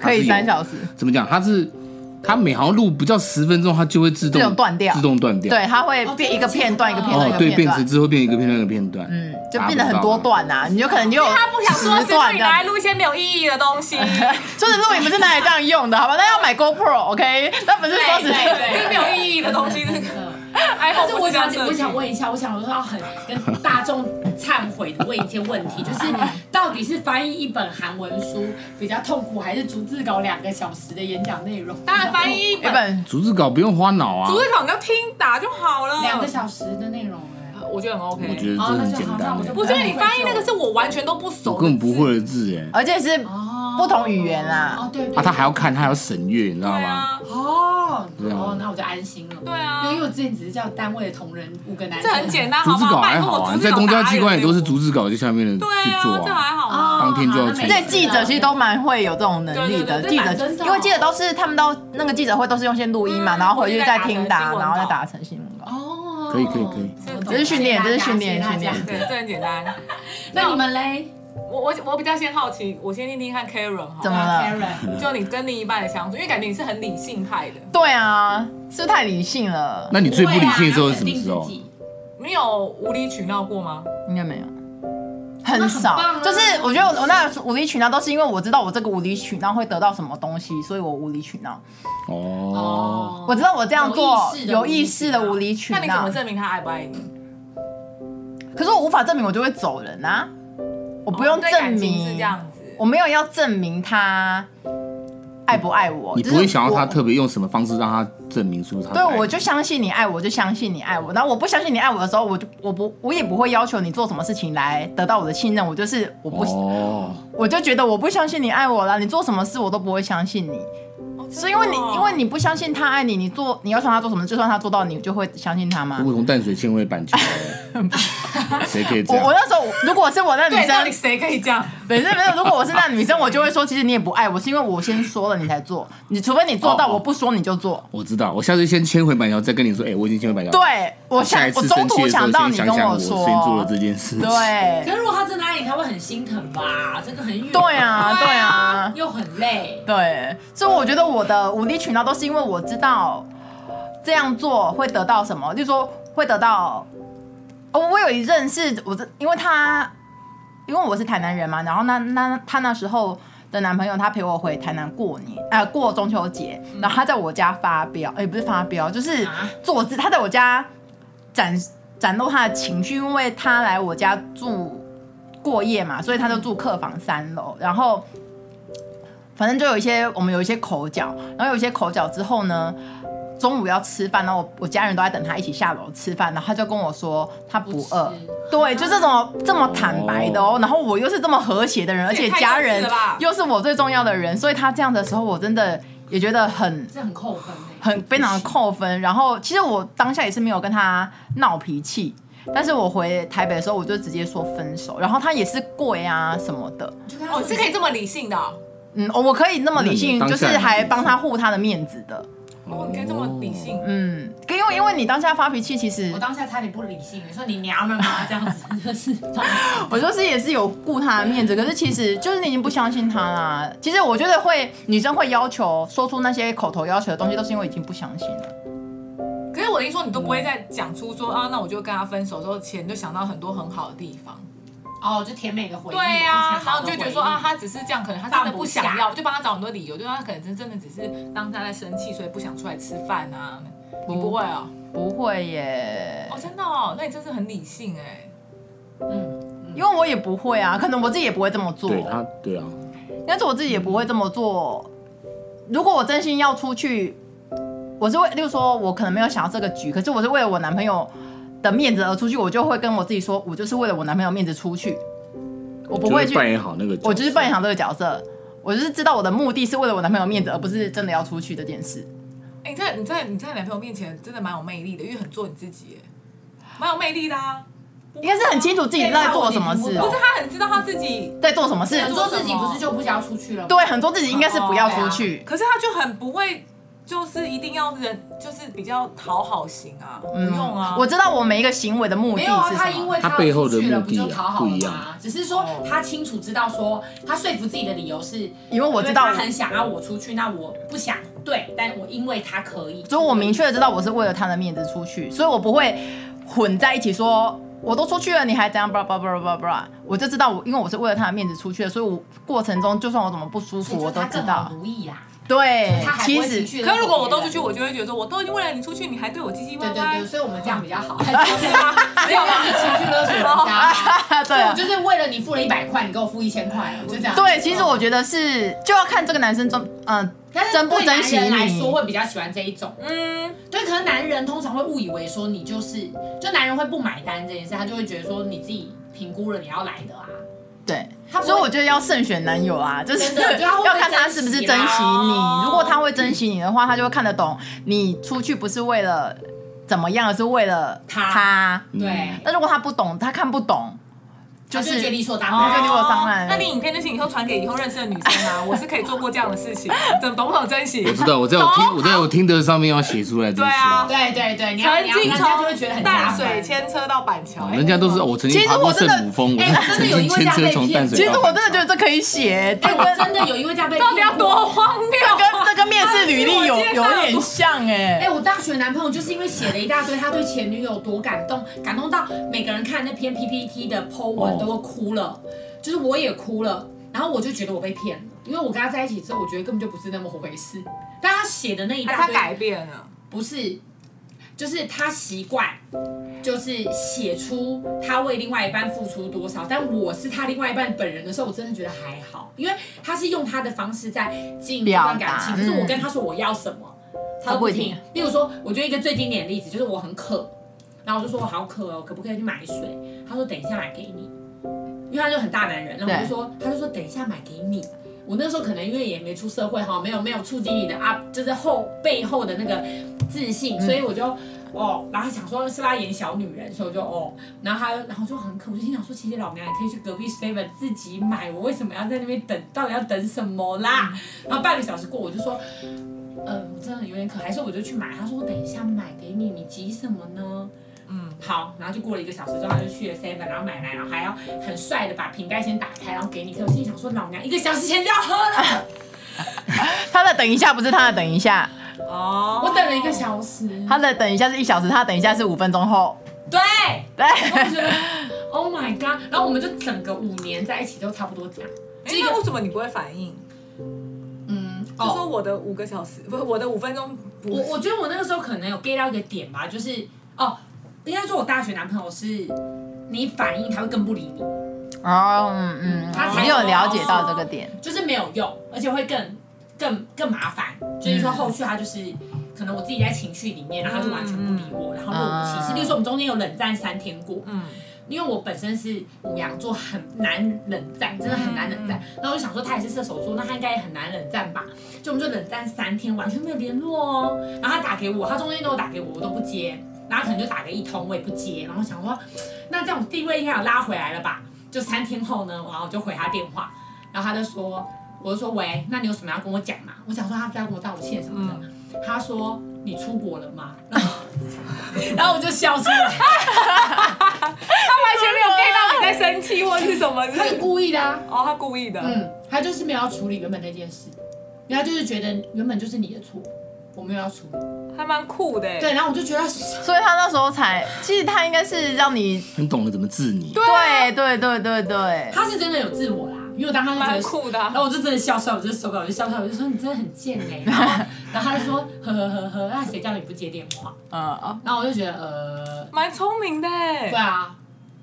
Speaker 4: 可以三
Speaker 5: 角，
Speaker 4: 小时，
Speaker 5: 怎么讲？它是它每行录不到十分钟，它就会自动
Speaker 4: 自动断掉
Speaker 5: 自动断掉。
Speaker 4: 对，它会
Speaker 6: 哦
Speaker 4: 变一
Speaker 6: 真
Speaker 4: 个
Speaker 6: 的
Speaker 4: 片
Speaker 6: 假
Speaker 4: 段一
Speaker 6: 的
Speaker 4: 个片段
Speaker 5: 哦，
Speaker 4: 一个
Speaker 5: 对，
Speaker 4: 片
Speaker 5: 变成
Speaker 4: 段，
Speaker 5: 之后变一个片段一个片段，嗯
Speaker 4: 嗯，就变得很多。段呐、啊，你有可能就有
Speaker 3: 他不想说
Speaker 4: 十
Speaker 3: 辞，所
Speaker 4: 段
Speaker 3: 以
Speaker 4: 这
Speaker 3: 你来
Speaker 4: 样。
Speaker 3: 录一些没有意义的东西，
Speaker 4: 说的录影不是拿来这样用的，好吧？那要买 GoPro，OK？、那不是 说
Speaker 6: 对对 对
Speaker 4: 是
Speaker 3: 就是没有意义的东西。那个
Speaker 6: 嗯
Speaker 3: iPhone
Speaker 6: 但是
Speaker 3: 不
Speaker 6: 我
Speaker 3: 是这样设
Speaker 6: 想
Speaker 3: 计，
Speaker 6: 我想问一下，我想说要很跟大众忏悔的问一件问题， 就是到底是翻译一本韩文书比较痛苦，还是逐字稿两个小时的演讲内容？
Speaker 3: 当然翻译一
Speaker 4: 一
Speaker 3: 本，
Speaker 4: 本
Speaker 5: 逐字稿不用花脑啊，
Speaker 3: 逐字稿你就听打就好了。
Speaker 6: 两个小时的内容哎。
Speaker 3: 我觉得很 OK。
Speaker 5: 我觉得这
Speaker 6: 哦，那
Speaker 5: 很
Speaker 6: 就
Speaker 5: 简
Speaker 6: 好，那
Speaker 5: 单
Speaker 6: 我就
Speaker 5: 欸，
Speaker 3: 不是因为你翻译那个是我完全都不熟，
Speaker 5: 我根本不。会的字哎，
Speaker 4: 而且是
Speaker 6: 哦
Speaker 4: 不同语言啦
Speaker 6: 哦，对对
Speaker 5: 啊，他还要
Speaker 6: 对
Speaker 5: 看，他还要审阅，你知
Speaker 3: 对
Speaker 5: 道吗？
Speaker 3: 啊，
Speaker 6: 哦，
Speaker 5: 对啊
Speaker 6: 哦，那我就安心了。
Speaker 3: 对啊
Speaker 6: 因为我之前只是叫单位的同仁五个男
Speaker 3: 这
Speaker 6: 生，
Speaker 3: 很简单，
Speaker 5: 逐
Speaker 3: 好
Speaker 5: 字
Speaker 3: 不好？
Speaker 5: 稿还
Speaker 3: 拜托
Speaker 5: 好
Speaker 3: 我
Speaker 5: 啊，
Speaker 3: 逐
Speaker 5: 在
Speaker 3: 字稿
Speaker 5: 公家
Speaker 3: 打
Speaker 5: 机关也都是
Speaker 3: 人
Speaker 5: 逐字稿，就下面的
Speaker 3: 对
Speaker 5: 去做
Speaker 3: 啊，这还好
Speaker 6: 哦
Speaker 3: 啊。
Speaker 5: 当天就要
Speaker 6: 好那没
Speaker 5: 成
Speaker 4: 对啊
Speaker 6: 事
Speaker 4: 记者其实都蛮会有这种能力的，
Speaker 3: 对对对
Speaker 4: 记
Speaker 3: 这
Speaker 4: 者
Speaker 6: 蛮真的哦
Speaker 4: 因为记者都是他们到那个记者会都是用先录音嘛，
Speaker 3: 嗯
Speaker 4: 然后回去再
Speaker 3: 回
Speaker 4: 听
Speaker 3: 去再打成新
Speaker 4: 打，
Speaker 3: 闻
Speaker 4: 然后再打成新闻稿。
Speaker 6: 哦，
Speaker 5: 可以可以可以
Speaker 6: 我懂
Speaker 4: 这是训练
Speaker 6: 谢谢
Speaker 4: 这是训练
Speaker 6: 大家
Speaker 4: 训
Speaker 6: 谢
Speaker 4: 练
Speaker 6: 谢大家
Speaker 3: 对，这很简单。
Speaker 6: 那你们嘞？
Speaker 3: 我我我比较先好奇，我先听听看 Karen 哈，
Speaker 4: 怎么了
Speaker 6: Karen
Speaker 3: 就你跟另一半的相处，因为感觉你是很理性派的。
Speaker 4: 对啊，是不是太理性了？
Speaker 5: 那你 最不理性的时候是什么
Speaker 6: 对啊肯
Speaker 5: 时
Speaker 6: 定自
Speaker 5: 候？
Speaker 6: 己
Speaker 3: 你有无理取闹过吗？
Speaker 4: 应该没有。很少，
Speaker 6: 那很棒啊
Speaker 4: 就是我觉得我那无理取闹啊都是因为我知道我这个无理取闹啊会得到什么东西，所以我无理取闹。
Speaker 5: 哦，
Speaker 6: 哦，
Speaker 4: 我知道我这样做有
Speaker 6: 有
Speaker 4: 意
Speaker 6: 意
Speaker 4: 识
Speaker 6: 识
Speaker 4: 的
Speaker 6: 的
Speaker 4: 无
Speaker 6: 无
Speaker 4: 理取
Speaker 3: 啊那你怎
Speaker 4: 闹
Speaker 3: 么，证明他爱不爱你？
Speaker 4: 可是我无法证明我就会走人啊，我不用
Speaker 3: 哦对
Speaker 4: 证
Speaker 3: 感情是
Speaker 4: 明
Speaker 3: 这，样子。
Speaker 4: 我没有要证明他爱不爱我，
Speaker 5: 你
Speaker 4: 就
Speaker 5: 不
Speaker 4: 是
Speaker 5: 会想要他
Speaker 4: 我
Speaker 5: 特别用什么方式让他证明出他的爱
Speaker 4: 对，我就相信你爱我，就相信你爱我。然后我不相信你爱我的时候，我就我不我也不会要求你做什么事情来得到我的信任。我就是我不、
Speaker 5: 哦，
Speaker 4: 我就觉得我不相信你爱我了，你做什么事我都不会相信你。
Speaker 3: 哦
Speaker 4: 所以因为你因为你不相信他爱你，你做你要求他做什么，就算他做到你，就会相信他吗？
Speaker 5: 如同淡水纤维板 桥，谁可以这
Speaker 4: 我
Speaker 5: 样
Speaker 4: 我？那时候如果是我那女
Speaker 3: 对，到
Speaker 4: 生
Speaker 3: 底，谁可以这样？
Speaker 4: 没事没事，如果我是那女生，我就会说，其实你也不爱我，是因为我先说了你才做，你除非你做到
Speaker 5: 哦哦
Speaker 4: 我不说你就做。
Speaker 5: 我知道，我下次先迁回板桥，再跟你说，哎、我已经迁回板桥。，
Speaker 4: 对我想
Speaker 5: 下一
Speaker 4: 我
Speaker 5: 次
Speaker 4: 中
Speaker 5: 生气
Speaker 4: 途
Speaker 5: 的时
Speaker 4: 想
Speaker 5: 候，
Speaker 4: 到
Speaker 5: 先
Speaker 4: 你
Speaker 5: 想
Speaker 4: 跟
Speaker 5: 想我
Speaker 4: 说，
Speaker 5: 先做了这件事。，
Speaker 4: 对
Speaker 6: 可。是如果他真的爱你，他会很心疼吧？这个很远，
Speaker 4: 对，啊，对啊，
Speaker 6: 又很累，
Speaker 4: 对，所以我觉得我的无理取闹都是因为我知道这样做会得到什么，就是说会得到。哦，我有一任是我这，因为他因为我是台南人嘛，然后那那他那时候的男朋友，他陪我回台南过年，呃，过中秋节，然后他在我家发飙，也、不是发飙，就是
Speaker 6: 嗯啊
Speaker 4: 坐姿，他在我家展展露他的情绪，因为他来我家住过夜嘛，所以他就住客房三楼，
Speaker 6: 嗯
Speaker 4: 然后。反正就有一些我们有一些口角，然后有一些口角之后呢，中午要吃饭，然后我我家人都在等他一起下楼吃饭，然后他就跟我说他不饿
Speaker 6: 不吃，
Speaker 4: 对，就这种这么坦白的哦，然后我又是这么和谐的人，而
Speaker 3: 这
Speaker 4: 且
Speaker 3: 也太
Speaker 4: 家
Speaker 3: 幼稚
Speaker 4: 人
Speaker 3: 了吧
Speaker 4: 又是我最重要的人，所以他这样的时候，我真的也觉得很
Speaker 6: 这很扣分哎、
Speaker 4: 很非常扣分。然后其实我当下也是没有跟他闹脾气，但是我回台北的时候我就直接说分手，然后他也是跪啊什么的。
Speaker 6: 你就跟他
Speaker 3: 哦，
Speaker 6: 说
Speaker 3: 你是可以这么理性的哦，
Speaker 4: 嗯，哦我可以那么理性，
Speaker 5: 那你
Speaker 4: 就
Speaker 5: 当
Speaker 4: 是
Speaker 5: 下
Speaker 4: 还帮他护他的面子的。
Speaker 3: 哦，你可以这么理性。
Speaker 4: 嗯，因为因为你当下发脾气，其实
Speaker 6: 我当下差点不理性，欸你说你娘了吗？这 样子就是这种
Speaker 4: 我就是也是有顾他的面子，可是其实就是你已经不相信他啦。其实我觉得会女生会要求说出那些口头要求的东西，都是因为已经不相信了。
Speaker 3: 可是我的意思说，你都不会再讲出说啊，那我就跟他分手之后，前就想到很多很好的地方。
Speaker 6: 哦，就甜美的回忆。
Speaker 3: 对呀、
Speaker 6: 之前
Speaker 3: 然
Speaker 6: 好
Speaker 3: 后
Speaker 6: 的
Speaker 3: 你就觉得
Speaker 6: 回忆
Speaker 3: 说啊，，他只是这样，可能他真的不
Speaker 6: 放
Speaker 3: 想
Speaker 6: 不
Speaker 3: 要，
Speaker 6: 下
Speaker 3: 我就帮他找很多理由，就说他可能真真的只是当下在生气，所以不想出来吃饭啊。你不会哦，
Speaker 4: 不会耶，
Speaker 3: 哦，真的哦，那你真是很理性哎。
Speaker 6: 嗯，
Speaker 4: 因为我也不会啊，可能我自己也不会这么做。
Speaker 5: 对他，对啊，
Speaker 4: 但是我自己也不会这么做。如果我真心要出去，我是为，例如说，我可能没有想到这个局，可是我是为了我男朋友的面子而出去，我就会跟我自己说，我就是为了我男朋友面子出去，我不会
Speaker 5: 就
Speaker 4: 去
Speaker 5: 是，扮演好那个角色，
Speaker 4: 我就是扮演好这个角色，我就是知道我的目的是为了我男朋友面子，而不是真的要出去这件事。
Speaker 3: 哎、你在你在你在男朋友面前真的蛮有魅力的，因为很做你自己哎，蛮有魅力的啊。
Speaker 4: 应该是很清楚自己在做什么
Speaker 6: 哎
Speaker 4: 事，
Speaker 3: 不是他很知道他自己，
Speaker 4: 在做什么事
Speaker 6: 很。多自己不是就不想要出去了吗？
Speaker 4: 对，很多自己应该是不要出去。
Speaker 3: 哦啊可是他就很不会，就是一定要人，就是比较讨好型啊，不用啊。
Speaker 4: 我知道我每一个行为的目
Speaker 6: 哦没
Speaker 4: 的是
Speaker 6: 有啊，
Speaker 4: 什
Speaker 6: 他
Speaker 4: 么。
Speaker 6: 因为
Speaker 5: 他
Speaker 6: 要
Speaker 5: 背后的
Speaker 6: 出去了
Speaker 5: 目
Speaker 6: 不
Speaker 5: 的啊
Speaker 6: 就讨好
Speaker 5: 不
Speaker 6: 了
Speaker 5: 一样
Speaker 6: 吗？只是说
Speaker 4: 哦
Speaker 6: 他清楚知道说，他说服自己的理由是，
Speaker 4: 因为我知道
Speaker 6: 因为他很想要我出去，那我不想，对，但我因为他可以，
Speaker 4: 所以我明确的知道我是为了他的面子出去，所以我不会混在一起说。我都出去了，你还怎样？巴拉巴拉巴拉巴拉，我就知道我，因为我是为了他的面子出去的，所以我过程中就算我怎么不舒
Speaker 6: 所
Speaker 4: 服，
Speaker 6: 以
Speaker 4: 我
Speaker 6: 就
Speaker 4: 都
Speaker 6: 他
Speaker 4: 知
Speaker 6: 更
Speaker 4: 道
Speaker 6: 好。如意呀。
Speaker 4: 对
Speaker 6: 他，还不
Speaker 4: 其
Speaker 6: 会失
Speaker 4: 实
Speaker 6: 去了
Speaker 3: 可是如果我
Speaker 6: 别人
Speaker 3: 都出去，我就会觉得说，我都已经为了你出去，你还对我唧唧
Speaker 6: 对
Speaker 3: 歪
Speaker 6: 对对，
Speaker 3: 歪，
Speaker 6: 所以我们这样比较 好。
Speaker 3: 没有吗？
Speaker 6: 你情绪勒索人家，
Speaker 4: 对
Speaker 6: 我
Speaker 4: 啊，
Speaker 6: 就是为了你付了一百块，你给我付一千块，我就这样。
Speaker 4: 对，其实我觉得是就要看这个男生真嗯、
Speaker 6: 但是
Speaker 4: 珍不
Speaker 6: 对男
Speaker 4: 珍惜
Speaker 6: 人来
Speaker 4: 你
Speaker 6: 说，会比较喜欢这一种。
Speaker 3: 嗯，
Speaker 6: 对，可能男人通常会误以为说你就是，就男人会不买单这件事，他就会觉得说你自己评估了你要来的啊。
Speaker 4: 对，
Speaker 6: 他不会
Speaker 4: 所以我觉得要慎选男友啊，就是
Speaker 6: 真的就他会不会
Speaker 4: 要看他是不是珍
Speaker 6: 珍
Speaker 4: 惜
Speaker 6: 惜
Speaker 4: 你
Speaker 3: 啦。
Speaker 4: 如果他会珍惜你的话，他就会看得懂你出去不是为了怎么样，而是为了
Speaker 6: 他
Speaker 4: 他
Speaker 5: 嗯
Speaker 6: 对，
Speaker 4: 但如果他不懂，他看不懂，就
Speaker 6: 他
Speaker 4: 是
Speaker 6: 就觉得理所当
Speaker 3: 哦
Speaker 4: 他
Speaker 6: 然。
Speaker 4: 就理所当
Speaker 3: 那
Speaker 4: 然。
Speaker 3: 你影片就是以后传给以后认识的女生啊，我是可以做过这样的事情，怎么懂不懂珍惜
Speaker 5: 我？知道，我在我听我在我听得上面要写出来这些，
Speaker 3: 对啊，
Speaker 6: 对对对，你要
Speaker 3: 曾
Speaker 6: 你要，
Speaker 3: 经
Speaker 6: 人家就会觉
Speaker 3: 从
Speaker 6: 得很加
Speaker 3: 淡
Speaker 6: 分
Speaker 3: 水牵车到板桥，
Speaker 5: 哦
Speaker 3: 哎
Speaker 5: 人家都是我曾经
Speaker 4: 其实
Speaker 5: 爬过
Speaker 4: 我真
Speaker 5: 圣
Speaker 4: 的
Speaker 5: 母峰，我
Speaker 6: 哎我真
Speaker 5: 曾
Speaker 6: 的有
Speaker 5: 经
Speaker 6: 因为这
Speaker 5: 牵
Speaker 6: 样
Speaker 5: 车
Speaker 6: 被
Speaker 5: 从淡
Speaker 6: 骗
Speaker 5: 水
Speaker 4: 其实
Speaker 5: 到
Speaker 4: 我
Speaker 5: 板
Speaker 4: 真的觉
Speaker 5: 桥
Speaker 4: 得这可以写，这
Speaker 6: 哎，我
Speaker 4: 跟
Speaker 6: 真的有因为这样 被
Speaker 3: 到底
Speaker 6: 骗
Speaker 3: 要
Speaker 6: 过
Speaker 3: 多荒
Speaker 4: 这
Speaker 3: 谬
Speaker 4: 跟
Speaker 3: 啊！
Speaker 4: 这跟面试履历有
Speaker 3: 我介绍
Speaker 4: 有
Speaker 3: 了多
Speaker 4: 点像哎、
Speaker 6: 哎、我大学男朋友就是因为写了一大堆，他对前女友有多感动，感动到每个人看那篇 PPT 的 po 文
Speaker 5: 哦
Speaker 6: 都会哭了，就是我也哭了，然后我就觉得我被骗了，因为我跟他在一起之后，我觉得根本就不是那么回事。但他写的那一
Speaker 3: 哎
Speaker 6: 大
Speaker 3: 他
Speaker 6: 堆，
Speaker 3: 改变了，
Speaker 6: 不是，就是他习惯，就是写出他为另外一半付出多少。但我是他另外一半本人的时候，我真的觉得还好，因为他是用他的方式在经营这段感情。
Speaker 4: 表达
Speaker 6: 可是我跟他说我要什么，他都不听。例如说，我觉得一个最经典的例子就是我很渴，然后我就说我好渴哦，可不可以去买水？他说等一下买给你，因为他就很大男人，然后我就
Speaker 4: 对
Speaker 6: 说，他就说等一下买给你。我那时候可能因为也没出社会哈，没有没有促进你的啊，就是后背后的那个自信，所以我就哦，然后想说是不是要演小女人，所以我就哦，然后他然后就很渴，我就心想说，其实老娘也可以去隔壁 seven 自己买，我为什么要在那边等？到底要等什么啦？然后半个小时过，我就说，呃，我真的有点渴，还是我就去买。他说我等一下买给你，你急什么呢？嗯，好，然后就过了一个小时之后，他就去了 seven，然后买来，然后还要很帅的把瓶盖先打开，然后给你喝。我心里想说，老娘一个小时前就要喝 了，
Speaker 4: 他的等一下不是他的等一下，
Speaker 3: 哦，
Speaker 6: 我等了一个小时。
Speaker 4: 他的等一下是一小时，他的等一下是五分钟后。
Speaker 6: 对，
Speaker 4: 对，
Speaker 6: 我就觉 得 Oh my God！然后我们就整个五年在一起都差不多这样。
Speaker 3: 哎。那为什么你不会反应？
Speaker 6: 嗯，
Speaker 3: 就
Speaker 6: 哦，
Speaker 3: 说我的五个小时，不是我的五分钟不
Speaker 6: 我我觉得我那个时候可能有 get 到一个点吧，就是哦，应该说我大学男朋友是你反应他会更不理你，
Speaker 4: 哦，嗯
Speaker 6: 他
Speaker 4: 嗯，
Speaker 6: 才
Speaker 4: 你有了解到这个点，嗯
Speaker 6: 就是没有用，而且会更更更麻烦。就是说后续他就是可能我自己在情绪里面，然后他就完全不理我，然后若无其事。
Speaker 4: 嗯
Speaker 6: 例如说，我们中间有冷战三天过，
Speaker 3: 嗯，
Speaker 6: 因为我本身是母羊座，很难冷战，真的很难冷战。那我就想说，他也是射手座，那他应该也很难冷战吧？就我们就冷战三天，完全没有联络哦。然后他打给我，他中间都有打给我，我都不接。然后可能就打个一通，我也不接。然后想说，那这样我地位应该有拉回来了吧？就三天后呢，然后我就回他电话，然后他就说，我就说喂，那你有什么要跟我讲嘛？我想说他不要跟我道歉什么的。他说你出国了吗？然后然后我就笑 出来。
Speaker 3: 完全没有 get 到你在生气或是什么，是不
Speaker 6: 他是
Speaker 3: 是
Speaker 6: 故意的啊，
Speaker 3: 哦，他故意的，
Speaker 6: 嗯，他就是没有要处理原本那件事，然后就是觉得原本就是你的错，我没有要处理。
Speaker 3: 还蛮酷的欸，
Speaker 6: 对，然后我就觉得，
Speaker 4: 所以他那时候才，其实他应该是让你，
Speaker 5: 很懂得怎么治你。
Speaker 6: 啊
Speaker 4: 对对对对对，
Speaker 6: 他是真的有自我啦，因为我当他
Speaker 3: 蛮
Speaker 6: 就觉得。
Speaker 3: 酷的啊
Speaker 6: 然。后我就真的笑出来，我就受不了，我就笑出来，我就说你真的很贱 哎、然后，然后他就说呵呵呵呵，那谁叫你不接电话？
Speaker 4: 嗯，
Speaker 6: 然后我就觉得呃，
Speaker 3: 蛮聪明的哎
Speaker 6: 对，啊，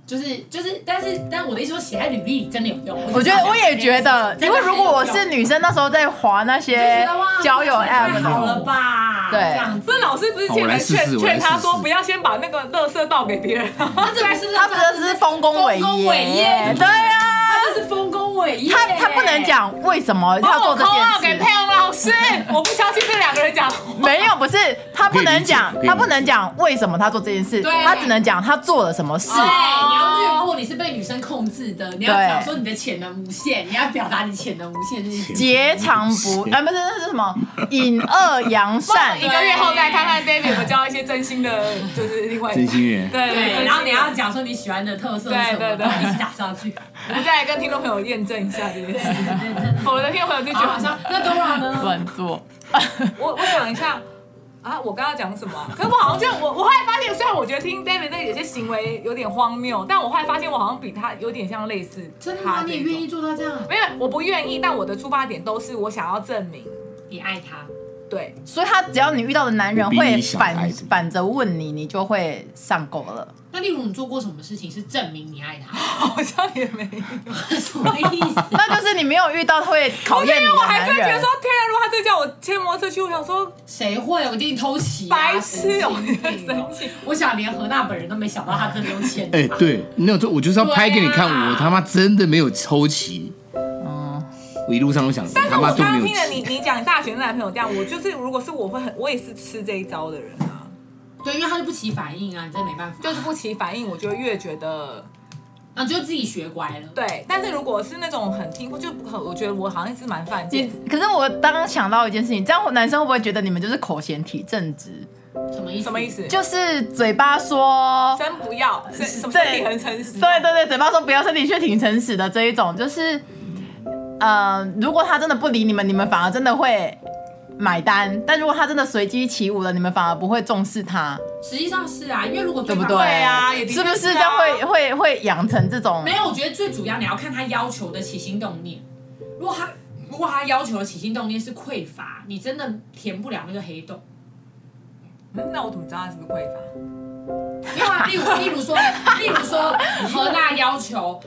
Speaker 6: 就是就是，但是但我的意思说写在履历里真的有用。
Speaker 4: 我觉得我也觉得，因为如果我是
Speaker 6: 你，
Speaker 4: 女生，那时候在滑那
Speaker 6: 就觉
Speaker 4: 些
Speaker 6: 得哇
Speaker 4: 交友
Speaker 6: 太
Speaker 4: app
Speaker 6: 好
Speaker 4: 的
Speaker 6: 了吧？
Speaker 4: 对
Speaker 6: 这样子
Speaker 3: 不是老师不是
Speaker 5: 好
Speaker 3: 劝
Speaker 5: 我来
Speaker 3: 人
Speaker 5: 试试
Speaker 3: 劝
Speaker 5: 我来
Speaker 3: 劝他
Speaker 5: 试试
Speaker 3: 说不要先把那个垃圾倒给别人，
Speaker 6: 他这个是
Speaker 4: 他不是是丰功伟
Speaker 6: 丰功伟业
Speaker 4: 对啊，
Speaker 6: 他这是丰功伟业，
Speaker 4: 他他不能。讲为什么要做这
Speaker 6: 哦
Speaker 3: 扣号给
Speaker 4: 件
Speaker 3: 佩
Speaker 4: 事，
Speaker 3: 蓉老师，我不相信这两个人讲
Speaker 4: 没有，不是他不能讲
Speaker 5: 我可以理，解
Speaker 4: 他不能讲为什么他做这件事，
Speaker 6: 对
Speaker 4: 他只能讲他做了什么事
Speaker 6: 对，。
Speaker 3: 哦
Speaker 6: 哎你要略过你是被女生控制的，你要
Speaker 4: 对
Speaker 6: 讲说你的潜能无限，你要表达你潜能无限这件事。
Speaker 4: 截长不啊，不是那是什么？引恶 扬善，
Speaker 3: 一个月后再看看 David 有没有交一些真心的，就是另外一
Speaker 5: 真
Speaker 3: 半
Speaker 5: 心耶，
Speaker 3: 对
Speaker 6: 对，
Speaker 3: 对，
Speaker 6: 然后你要讲说你喜欢的特色是什么，
Speaker 3: 对对对
Speaker 6: 然后一直打上去。
Speaker 3: 我们再来跟听众朋友验证一下这件事， 否则听众朋友就觉
Speaker 6: 好，
Speaker 3: 得啊
Speaker 6: 好像那 Dora 呢？
Speaker 4: 乱做。
Speaker 3: 我我想一下啊，我刚刚讲什么啊、可是我好像这样，我我后来发现，虽然我觉得听 David 那个有些行为有点荒谬，但我后来发现我好像比他有点像类似
Speaker 6: 真的
Speaker 3: 他
Speaker 6: 吗？
Speaker 3: 这
Speaker 6: 你也
Speaker 3: 种
Speaker 6: 愿意？做到这样？
Speaker 3: 没有，我不愿意，但我的出发点都是我想要证明。
Speaker 6: 你爱他，
Speaker 3: 对，
Speaker 4: 所以他只要你遇到的男人
Speaker 5: 比
Speaker 4: 会
Speaker 5: 你小
Speaker 4: 反
Speaker 5: 孩子
Speaker 4: 反着问你，你就会上钩了。
Speaker 6: 那例如你做过什么事情是证明你 爱他？
Speaker 3: 好像也没有。
Speaker 6: 什么意思？
Speaker 4: 那就是你没有遇到会考
Speaker 3: 因
Speaker 4: 验 你
Speaker 3: 为我
Speaker 4: 的
Speaker 3: 还
Speaker 4: 男
Speaker 3: 是会觉得
Speaker 4: 人
Speaker 3: 说。，天啊！如果他真的叫我牵摩托车去，我想说
Speaker 6: 谁会？我一定偷袭啊！
Speaker 3: 白痴哦，
Speaker 6: 神
Speaker 3: 你
Speaker 6: 经
Speaker 3: 在
Speaker 6: 病
Speaker 3: 生
Speaker 6: 哦！
Speaker 3: 气。
Speaker 6: 我想连何娜本人都没想到他真的有潜
Speaker 5: 哎、
Speaker 6: 能。
Speaker 5: 对，那我就我就是要拍给你看，
Speaker 6: 对啊
Speaker 5: 我他妈真的没有抽旗，
Speaker 4: 嗯，
Speaker 5: 我一路上都想，
Speaker 3: 但是
Speaker 5: 他
Speaker 3: 我
Speaker 5: 妈
Speaker 3: 刚
Speaker 5: 都没
Speaker 3: 刚
Speaker 5: 有
Speaker 3: 听了你
Speaker 5: 旗。
Speaker 3: 你讲大学那男朋友这样，我就是如果是我会很，我也是吃这一招的人啊，
Speaker 6: 对，因为他就不起反应啊，你真的没办法。
Speaker 3: 就是不起反应，我就越觉得
Speaker 6: 啊，就自己学乖了。
Speaker 3: 对，但是如果是那种很听，就不可，我觉得我好像是蛮犯贱。
Speaker 4: 可是我刚刚想到一件事情，这样男生会不会觉得你们就是口嫌体正直，
Speaker 6: 什么意思？
Speaker 3: 什么意？思？
Speaker 4: 就是嘴巴说，
Speaker 3: 真不要，是什么身体很诚实？
Speaker 4: 对对对，嘴巴说不要，身体却挺诚实的这一种，就是，呃，如果他真的不理你们，你们反而真的会买单；但如果他真的随机起舞了，你们反而不会重视他，
Speaker 6: 实际上是啊，因为如果对
Speaker 4: 对不
Speaker 6: 方
Speaker 4: 对？
Speaker 3: 啊也的确
Speaker 4: 是不是
Speaker 3: 是啊
Speaker 4: 这样会会会养成这种
Speaker 6: 没？有，我觉得最主要你要看他要求的起心动念。如果他如果他要求的起心动念是匮乏，你真的填不了那个黑洞。
Speaker 3: 嗯那我怎么知道他是不是匮乏？
Speaker 6: 没有啊，例如例如说，例如说何娜要求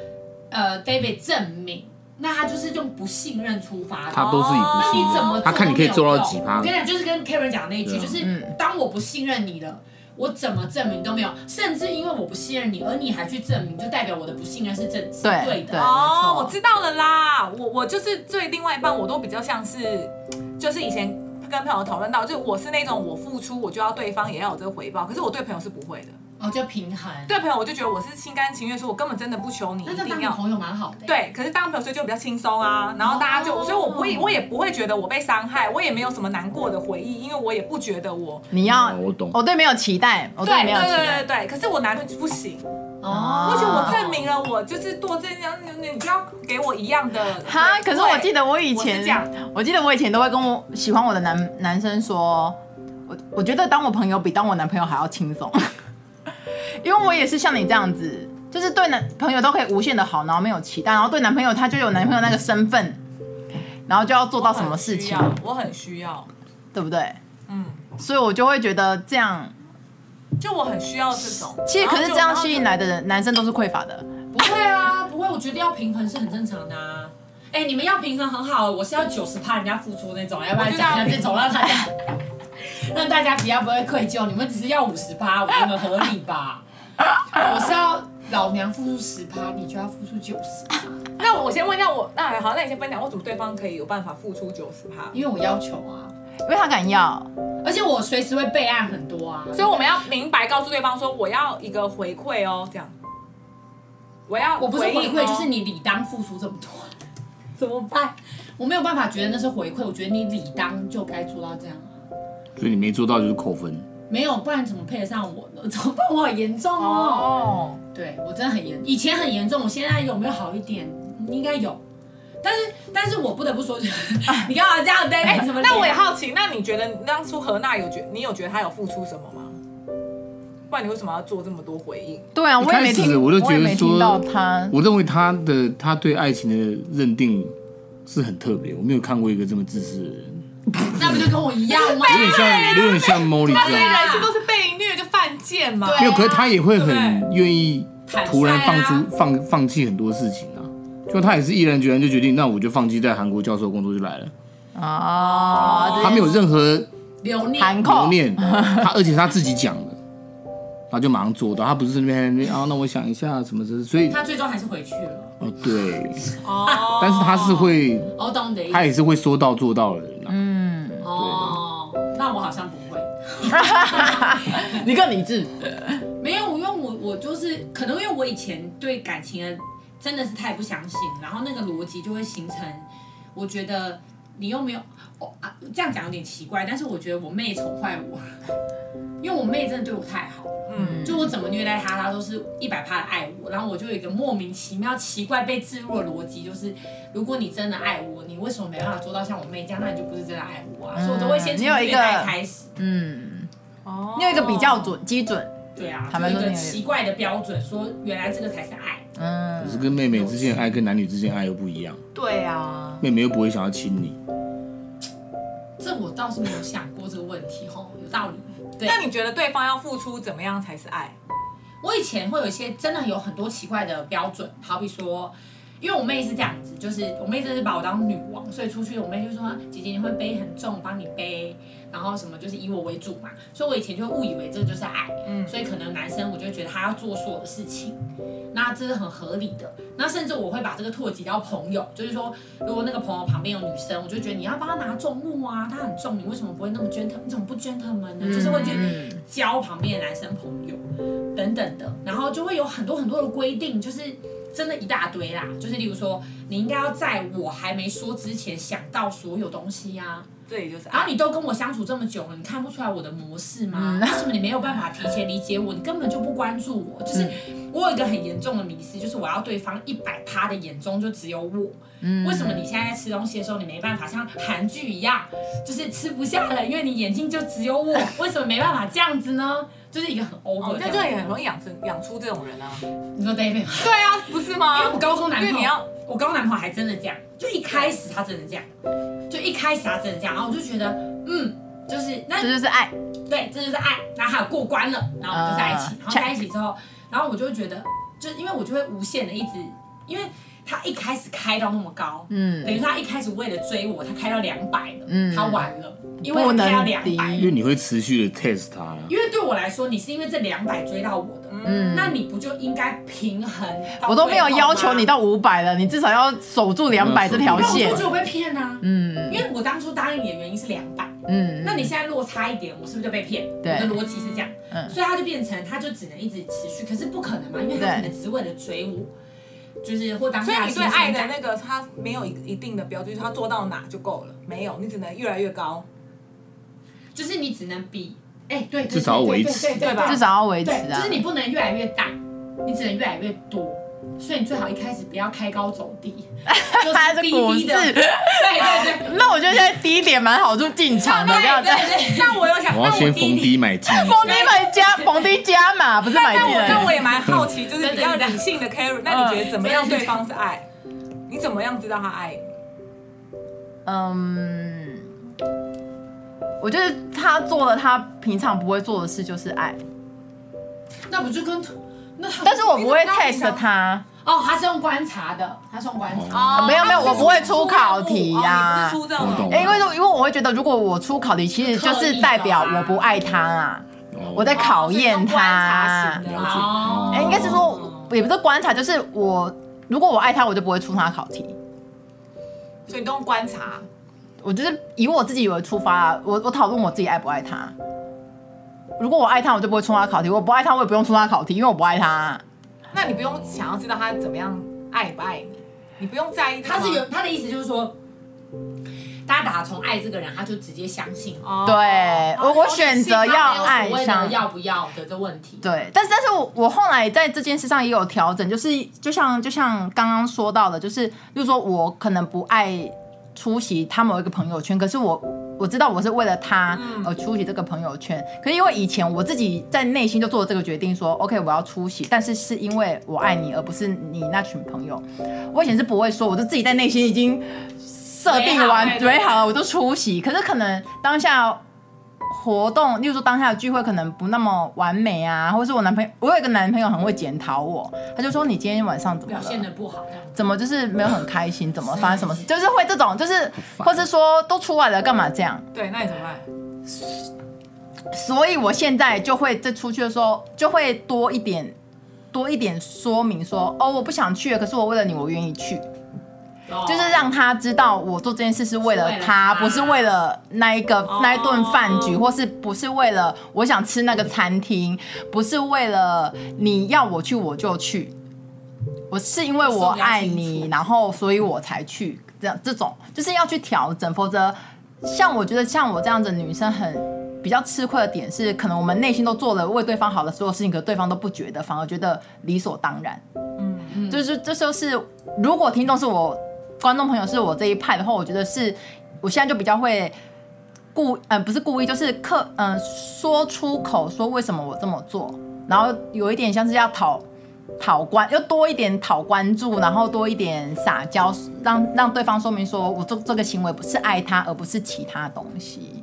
Speaker 6: 呃 David 证明，那他就是用不信任出发的。
Speaker 5: 他都是以
Speaker 6: 那
Speaker 5: 不
Speaker 6: 你
Speaker 5: 信
Speaker 6: 怎么做
Speaker 5: 任，他看你可以做到几
Speaker 6: 都没有用
Speaker 5: 趴
Speaker 6: 我跟，你讲，就是跟 Karen 讲的那一句，
Speaker 5: 对啊
Speaker 6: 就是
Speaker 4: 嗯
Speaker 6: 当我不信任你了。我怎么证明都没有，甚至因为我不信任你，而你还去证明，就代表我的不信任是正是
Speaker 4: 对
Speaker 6: 对的。
Speaker 4: 对
Speaker 3: 哦，我知道了啦。我我就是对另外一半，我都比较像是，就是以前跟朋友讨论到，就是我是那种我付出，我就要对方也要有这个回报。可是我对朋友是不会的，
Speaker 6: 哦，就平衡。
Speaker 3: 对朋友我就觉得我是心甘情愿，说我根本真的不求你
Speaker 6: 那
Speaker 3: 哦一
Speaker 6: 这
Speaker 3: 定
Speaker 6: 样
Speaker 3: 要
Speaker 6: 当。朋友蛮好的、，欸
Speaker 3: 对，可是当朋友所以就比较轻松啊，然后大家就，
Speaker 6: 哦
Speaker 3: 所以我不会，我也不会觉得我被伤害，我也没有什么难过的回忆，因为我也不觉得我
Speaker 4: 你要、
Speaker 5: 哦我懂
Speaker 4: 我对没有期待，我哦对
Speaker 3: 对
Speaker 4: 没有期待
Speaker 3: 对对。对，可是我男朋友就不行，
Speaker 6: 哦，
Speaker 3: 而且我证明了我就是做这样，你你就要给我一样的。
Speaker 4: 哈，可是我记
Speaker 3: 得
Speaker 4: 得我以
Speaker 3: 我
Speaker 4: 前
Speaker 3: 是这样，
Speaker 4: 我记得我以前都会跟我喜欢我的男男生说，我我觉得当我朋友比当我男朋友还要轻松， 因为我也是像你这样子，就是对男朋友都可以无限的好，然后没有期待，然后对男朋友他就有男朋友那个身份，然后就要做到什么事情，
Speaker 3: 我很哦需要，
Speaker 4: 对不对？
Speaker 3: 嗯，
Speaker 4: 所以我就会觉得这样，
Speaker 3: 就我很需要这种。
Speaker 4: 其实可是这样吸引
Speaker 3: 来，
Speaker 4: 来的人，男生都是匮乏的。
Speaker 6: 不会啊，不会，我觉得要平衡是很正常的、啊。哎、你们要平衡很好，我是要九十趴人家付出那种，要不然讲一下这种让大家。 让大家比较不会愧疚。你们只是要五十趴，我觉得合理吧？我是要老娘付出十趴，你就要付出九十，
Speaker 3: 那我先问一下我，那好，那你先分享为什么对方可以有办法付出九十趴？
Speaker 6: 因为我要求啊，
Speaker 4: 因为他敢要，
Speaker 6: 而且我随时会备案很多啊，
Speaker 3: 所以我们要明白告诉对方说，我要一个回馈哦，这样。我要
Speaker 6: 我不是回
Speaker 3: 应哦
Speaker 6: 馈，就是你理当付出这么多，怎么办？我没有办法觉得那是回馈，我觉得你理当就该做到这样啊，
Speaker 5: 所以你没做到就是扣分。
Speaker 6: 没有，不然怎么配得上我呢？ 怎么办？我好严重哦
Speaker 4: 哦，
Speaker 6: 对我真的很严，以前很严重，我现在有没有好一点？应该有，但是但是我不得不说， 你干嘛这样 d a
Speaker 3: 哎、
Speaker 6: 什么脸？
Speaker 3: 那我也好奇，那你觉得当初何娜有觉，你有觉得她有付出什么吗？不然你为什么要做这么多回应？
Speaker 4: 对啊，
Speaker 5: 一
Speaker 4: 我也
Speaker 5: 开
Speaker 4: 没
Speaker 5: 始
Speaker 4: 听，
Speaker 5: 我就觉
Speaker 4: 也
Speaker 5: 得
Speaker 4: 没
Speaker 5: 说
Speaker 4: 听到他，
Speaker 5: 我认为他的他对爱情的认定是很特别，我没有看过一个这么自私的人，
Speaker 6: 那不就跟我一样 吗？
Speaker 5: 有点
Speaker 3: 啊
Speaker 5: 像有点像 Molly 这
Speaker 3: 这些
Speaker 5: 样，
Speaker 3: 人是不是被虐就犯贱嘛？
Speaker 6: 对
Speaker 5: 没有，可是他也会很愿意
Speaker 6: 坦率啊
Speaker 5: 突然放出放放弃很多事情啊，就他也是毅然决然就决定，那我就放弃在韩国教授工作就来了，
Speaker 3: 啊
Speaker 4: 哦，
Speaker 5: 他没有任何
Speaker 6: 留念
Speaker 5: 留
Speaker 4: 含扣，
Speaker 5: 念，他而且他自己讲的，他就马上做到，他不是那边那边啊，那我想一下什么什么，所以
Speaker 6: 他最终还是回去了。
Speaker 5: 哦对，
Speaker 3: 哦，
Speaker 5: 但是他是会，
Speaker 6: 哦我懂你的意
Speaker 5: 他
Speaker 6: 思。
Speaker 5: 也是会说到做到的人啊。
Speaker 6: 哦，那我好像不 会。
Speaker 4: 你更理智，
Speaker 6: 没有，因为我我就是可能因为我以前对感情的真的是太不相信，然后那个逻辑就会形成，我觉得你又没有，哦啊，这样讲有点奇怪，但是我觉得我妹宠坏我 了，因为我妹真的对我太好了，嗯，就我怎么虐待她，她都是一百趴的爱我，然后我就有一个莫名其妙、奇怪被置入的逻辑，就是如果你真的爱我，你为什么没办法做到像我妹这样？那你就不是真的爱我啊，所以我都会先
Speaker 4: 你
Speaker 6: 从
Speaker 4: 嗯有一
Speaker 6: 虐
Speaker 4: 个
Speaker 6: 待开始。
Speaker 4: 嗯，
Speaker 3: 哦
Speaker 4: 你有一个比较准基准，
Speaker 6: 对啊，
Speaker 4: 坦白
Speaker 6: 就
Speaker 4: 说
Speaker 6: 一
Speaker 4: 你
Speaker 6: 个
Speaker 4: 有
Speaker 6: 奇怪的标准，说原来这个才是爱。
Speaker 4: 嗯
Speaker 5: 可，是跟妹妹之间的爱跟男女之间的爱又不一样，
Speaker 3: 对啊，
Speaker 5: 妹妹又不会想要亲你，
Speaker 6: 这我倒是没有想过这个问题吼，有道理。对
Speaker 3: 那，你觉得对方要付出怎么样才是爱？
Speaker 6: 我以前会有一些真的有很多奇怪的标准，好比说，因为我妹是这样子，就是我妹真的是把我当女王，所以出去我妹就说姐姐你会背很重，我帮你背，然后什么就是以我为主嘛，所以我以前就误以为这就是爱，
Speaker 3: 嗯
Speaker 6: 所以可能男生我就会觉得他要做所有的事情，那这是很合理的，那甚至我会把这个拓及到朋友，就是说如果那个朋友旁边有女生，我就觉得你要帮他拿重物啊，他很重，你为什么不会那么 gentleman，你怎么不 gentleman 呢？就是会去教旁边的男生朋友。等等的，然后就会有很多很多的规定，就是真的一大堆啦。就是例如说，你应该要在我还没说之前想到所有东西呀、
Speaker 3: 这也就是
Speaker 6: 然后
Speaker 3: 爱。
Speaker 6: 你都跟我相处这么久了，你看不出来我的模式吗？为什么你没有办法提前理解我？你根本就不关注我。就是我有一个很严重的迷思，就是我要对方一百趴的眼中就只有我。为什么你现在在吃东西的时候，你没办法像韩剧一样，就是吃不下了，因为你眼睛就只有我？为什么没办法这样子呢？就是一个很 over，
Speaker 3: 哦，
Speaker 6: 这
Speaker 3: 那
Speaker 6: 样
Speaker 3: 这也很容易养成养出这种人啊。
Speaker 6: 你说 David 吗？
Speaker 3: 对啊，不是吗？
Speaker 6: 因为我高中男朋
Speaker 3: 因
Speaker 6: 友，
Speaker 3: 为你要
Speaker 6: 我高中男朋友还真的这样，就一开始他真的这样，就一开始他真的这样，然后我就觉得，嗯，就是那
Speaker 4: 这就是爱，
Speaker 6: 对，这就是爱，然后还有过关了，然后我们就在一起，
Speaker 4: 啊
Speaker 6: 然后在一起之后，然后我就会觉得，就因为我就会无限的一直，因为他一开始开到那么高，
Speaker 4: 嗯
Speaker 6: 等于他一开始为了追我，他开到两百了，
Speaker 4: 嗯
Speaker 6: 他完了，因为
Speaker 4: 不
Speaker 6: 他开到
Speaker 4: 能
Speaker 6: 两
Speaker 4: 低
Speaker 6: 百，，
Speaker 5: 因为你会持续的 test 他啊啦。
Speaker 6: 因为对我来说，你是因为这两百追到我的，
Speaker 4: 嗯
Speaker 6: 那你不就应该平衡？
Speaker 4: 我都没有要求你
Speaker 6: 到。
Speaker 4: 到五百了，你至少要守住两百这条
Speaker 6: 那我
Speaker 4: 线
Speaker 6: 就觉，得我被骗啊，
Speaker 4: 嗯
Speaker 6: 因为我当初答应你的原因是两百，
Speaker 4: 嗯，
Speaker 6: 那你现在落差一点，我是不是就被骗？
Speaker 4: 对
Speaker 6: 我的逻辑是这样，
Speaker 4: 嗯
Speaker 6: 所以他就变成他就只能一直持续，可是不可能嘛，因为他
Speaker 4: 对
Speaker 6: 可能只是为了追我，就是或当
Speaker 3: 所
Speaker 6: 下
Speaker 3: 以
Speaker 6: 的
Speaker 3: 你
Speaker 6: 新
Speaker 3: 对
Speaker 6: 鲜
Speaker 3: 爱的
Speaker 6: 感
Speaker 3: 那个，他没有一一定的标准，就是他做到哪就够了，没有，你只能越来越 高。
Speaker 6: 就是你只能比，哎，对，对
Speaker 5: 至少要维持
Speaker 6: 对对对
Speaker 3: 对吧
Speaker 6: 对
Speaker 4: 至少要维持
Speaker 6: 对，
Speaker 4: 啊，
Speaker 6: 就是你不能越来越大，你只能越来越多。所以你最好一开始不要开高走低，就
Speaker 4: 他
Speaker 6: 是
Speaker 4: 是
Speaker 6: 低
Speaker 4: 股
Speaker 6: 低的，对
Speaker 4: 市
Speaker 6: 对 对，
Speaker 4: 那我觉得现在低点蛮好入进 场的，不要
Speaker 6: 对
Speaker 4: 再
Speaker 6: 对对，
Speaker 3: 那我有想，
Speaker 5: 我
Speaker 3: 那
Speaker 5: 要
Speaker 3: 我
Speaker 5: 先
Speaker 3: 弟
Speaker 5: 逢低买进，
Speaker 4: 逢低买加，逢低加嘛，不是买
Speaker 3: 那
Speaker 4: 进
Speaker 3: 我那我
Speaker 4: 来。
Speaker 3: 也蛮好奇，就是比较理性的 Carry，那你觉得怎么样对方是爱？你怎么样知道他爱你？
Speaker 4: 嗯，我觉得他做了他平常不会做的事，就是爱，
Speaker 6: 那不就跟那
Speaker 4: 但是我不会
Speaker 3: 你怎么知道你
Speaker 4: test
Speaker 3: 想
Speaker 4: 他，
Speaker 6: 哦，他是用观察的，他是用观察。
Speaker 3: 哦
Speaker 4: 没有没有我不会出考题
Speaker 3: 哦
Speaker 4: 呀
Speaker 3: 你不是出这种
Speaker 5: 我懂啊
Speaker 4: 哎因为因为我会觉得，如果我出考题，其实就是代表我不爱他啊，
Speaker 5: 哦
Speaker 4: 我在考验
Speaker 3: 哦所以用观察
Speaker 4: 他
Speaker 3: 型。的
Speaker 5: 了解，
Speaker 6: 哦
Speaker 5: 哦
Speaker 4: 哎、应该是说也不是观察，就是我如果我爱他，我就不会出他考题。
Speaker 3: 所以你都用观察。
Speaker 4: 我就是以我自己为出发啊，我我讨论我自己爱不爱他。如果我爱他，我就不会出他考题；我不爱他，我也不用出他考题，因为我不爱他啊。
Speaker 3: 那你不用想要知道他怎么样爱不爱你，你不用在意
Speaker 6: 他
Speaker 3: 吗
Speaker 6: 是有他的意思，就是说，大家打从爱这个人，他就直接相信。
Speaker 3: 哦
Speaker 4: 对我我选择呃要爱
Speaker 6: 他没有所
Speaker 4: 上
Speaker 6: 谓的，要不要的这问题。
Speaker 4: 对，但是但是我我后来在这件事上也有调整，就是就像就像刚刚说到的，就是就是说我可能不爱出席他某一个朋友圈，可是我我知道我是为了他而出席这个朋友圈，可是因为以前我自己在内心就做了这个决定说 OK 我要出席，但是是因为我爱你，而不是你那群朋友。我以前是不会说，我就自己在内心已经设定完
Speaker 3: 准备好
Speaker 4: 准备好了，我就出席。可是可能当下活动，例如说当下的聚会可能不那么完美啊，或者是我男朋友，我有一个男朋友很会检讨我，他就说你今天晚上怎么
Speaker 6: 表
Speaker 4: 了？
Speaker 6: 现的不好，这样子
Speaker 4: 怎么就是没有很 开心？怎么发生什么事？就是会这种，就是或是说都出来了干嘛这样？
Speaker 3: 对，那你怎么办？
Speaker 4: 所以我现在就会在出去的时候就会多一点。多一点说明说哦，我不想去了，可是我为了你，我愿意去。
Speaker 6: 哦
Speaker 4: 就是让他知道我做这件事是为了
Speaker 6: 是为了他
Speaker 4: 他，不是为了那一个
Speaker 3: 哦
Speaker 4: 那一顿饭局，或是不是为了我想吃那个餐厅，不是为了你要我去我就去，我是因为我爱
Speaker 6: 说
Speaker 4: 你，
Speaker 6: 得
Speaker 4: 然后所以我才去，这样这种就是要去调整，否则像我觉得像我这样子的女生很。比较吃亏的点是，可能我们内心都做了为对方好的所有事情，可对方都不觉得，反而觉得理所当然。就是这就是，如果听众是我观众朋友是我这一派的话，我觉得是我现在就比较会故呃不是故意，就是刻嗯、说出口说为什么我这么做，然后有一点像是要讨讨关，又多一点讨关
Speaker 3: 嗯
Speaker 4: 注，然后多一点撒娇，让让对方说明说我做这个行为不是爱他，而不是其他东西。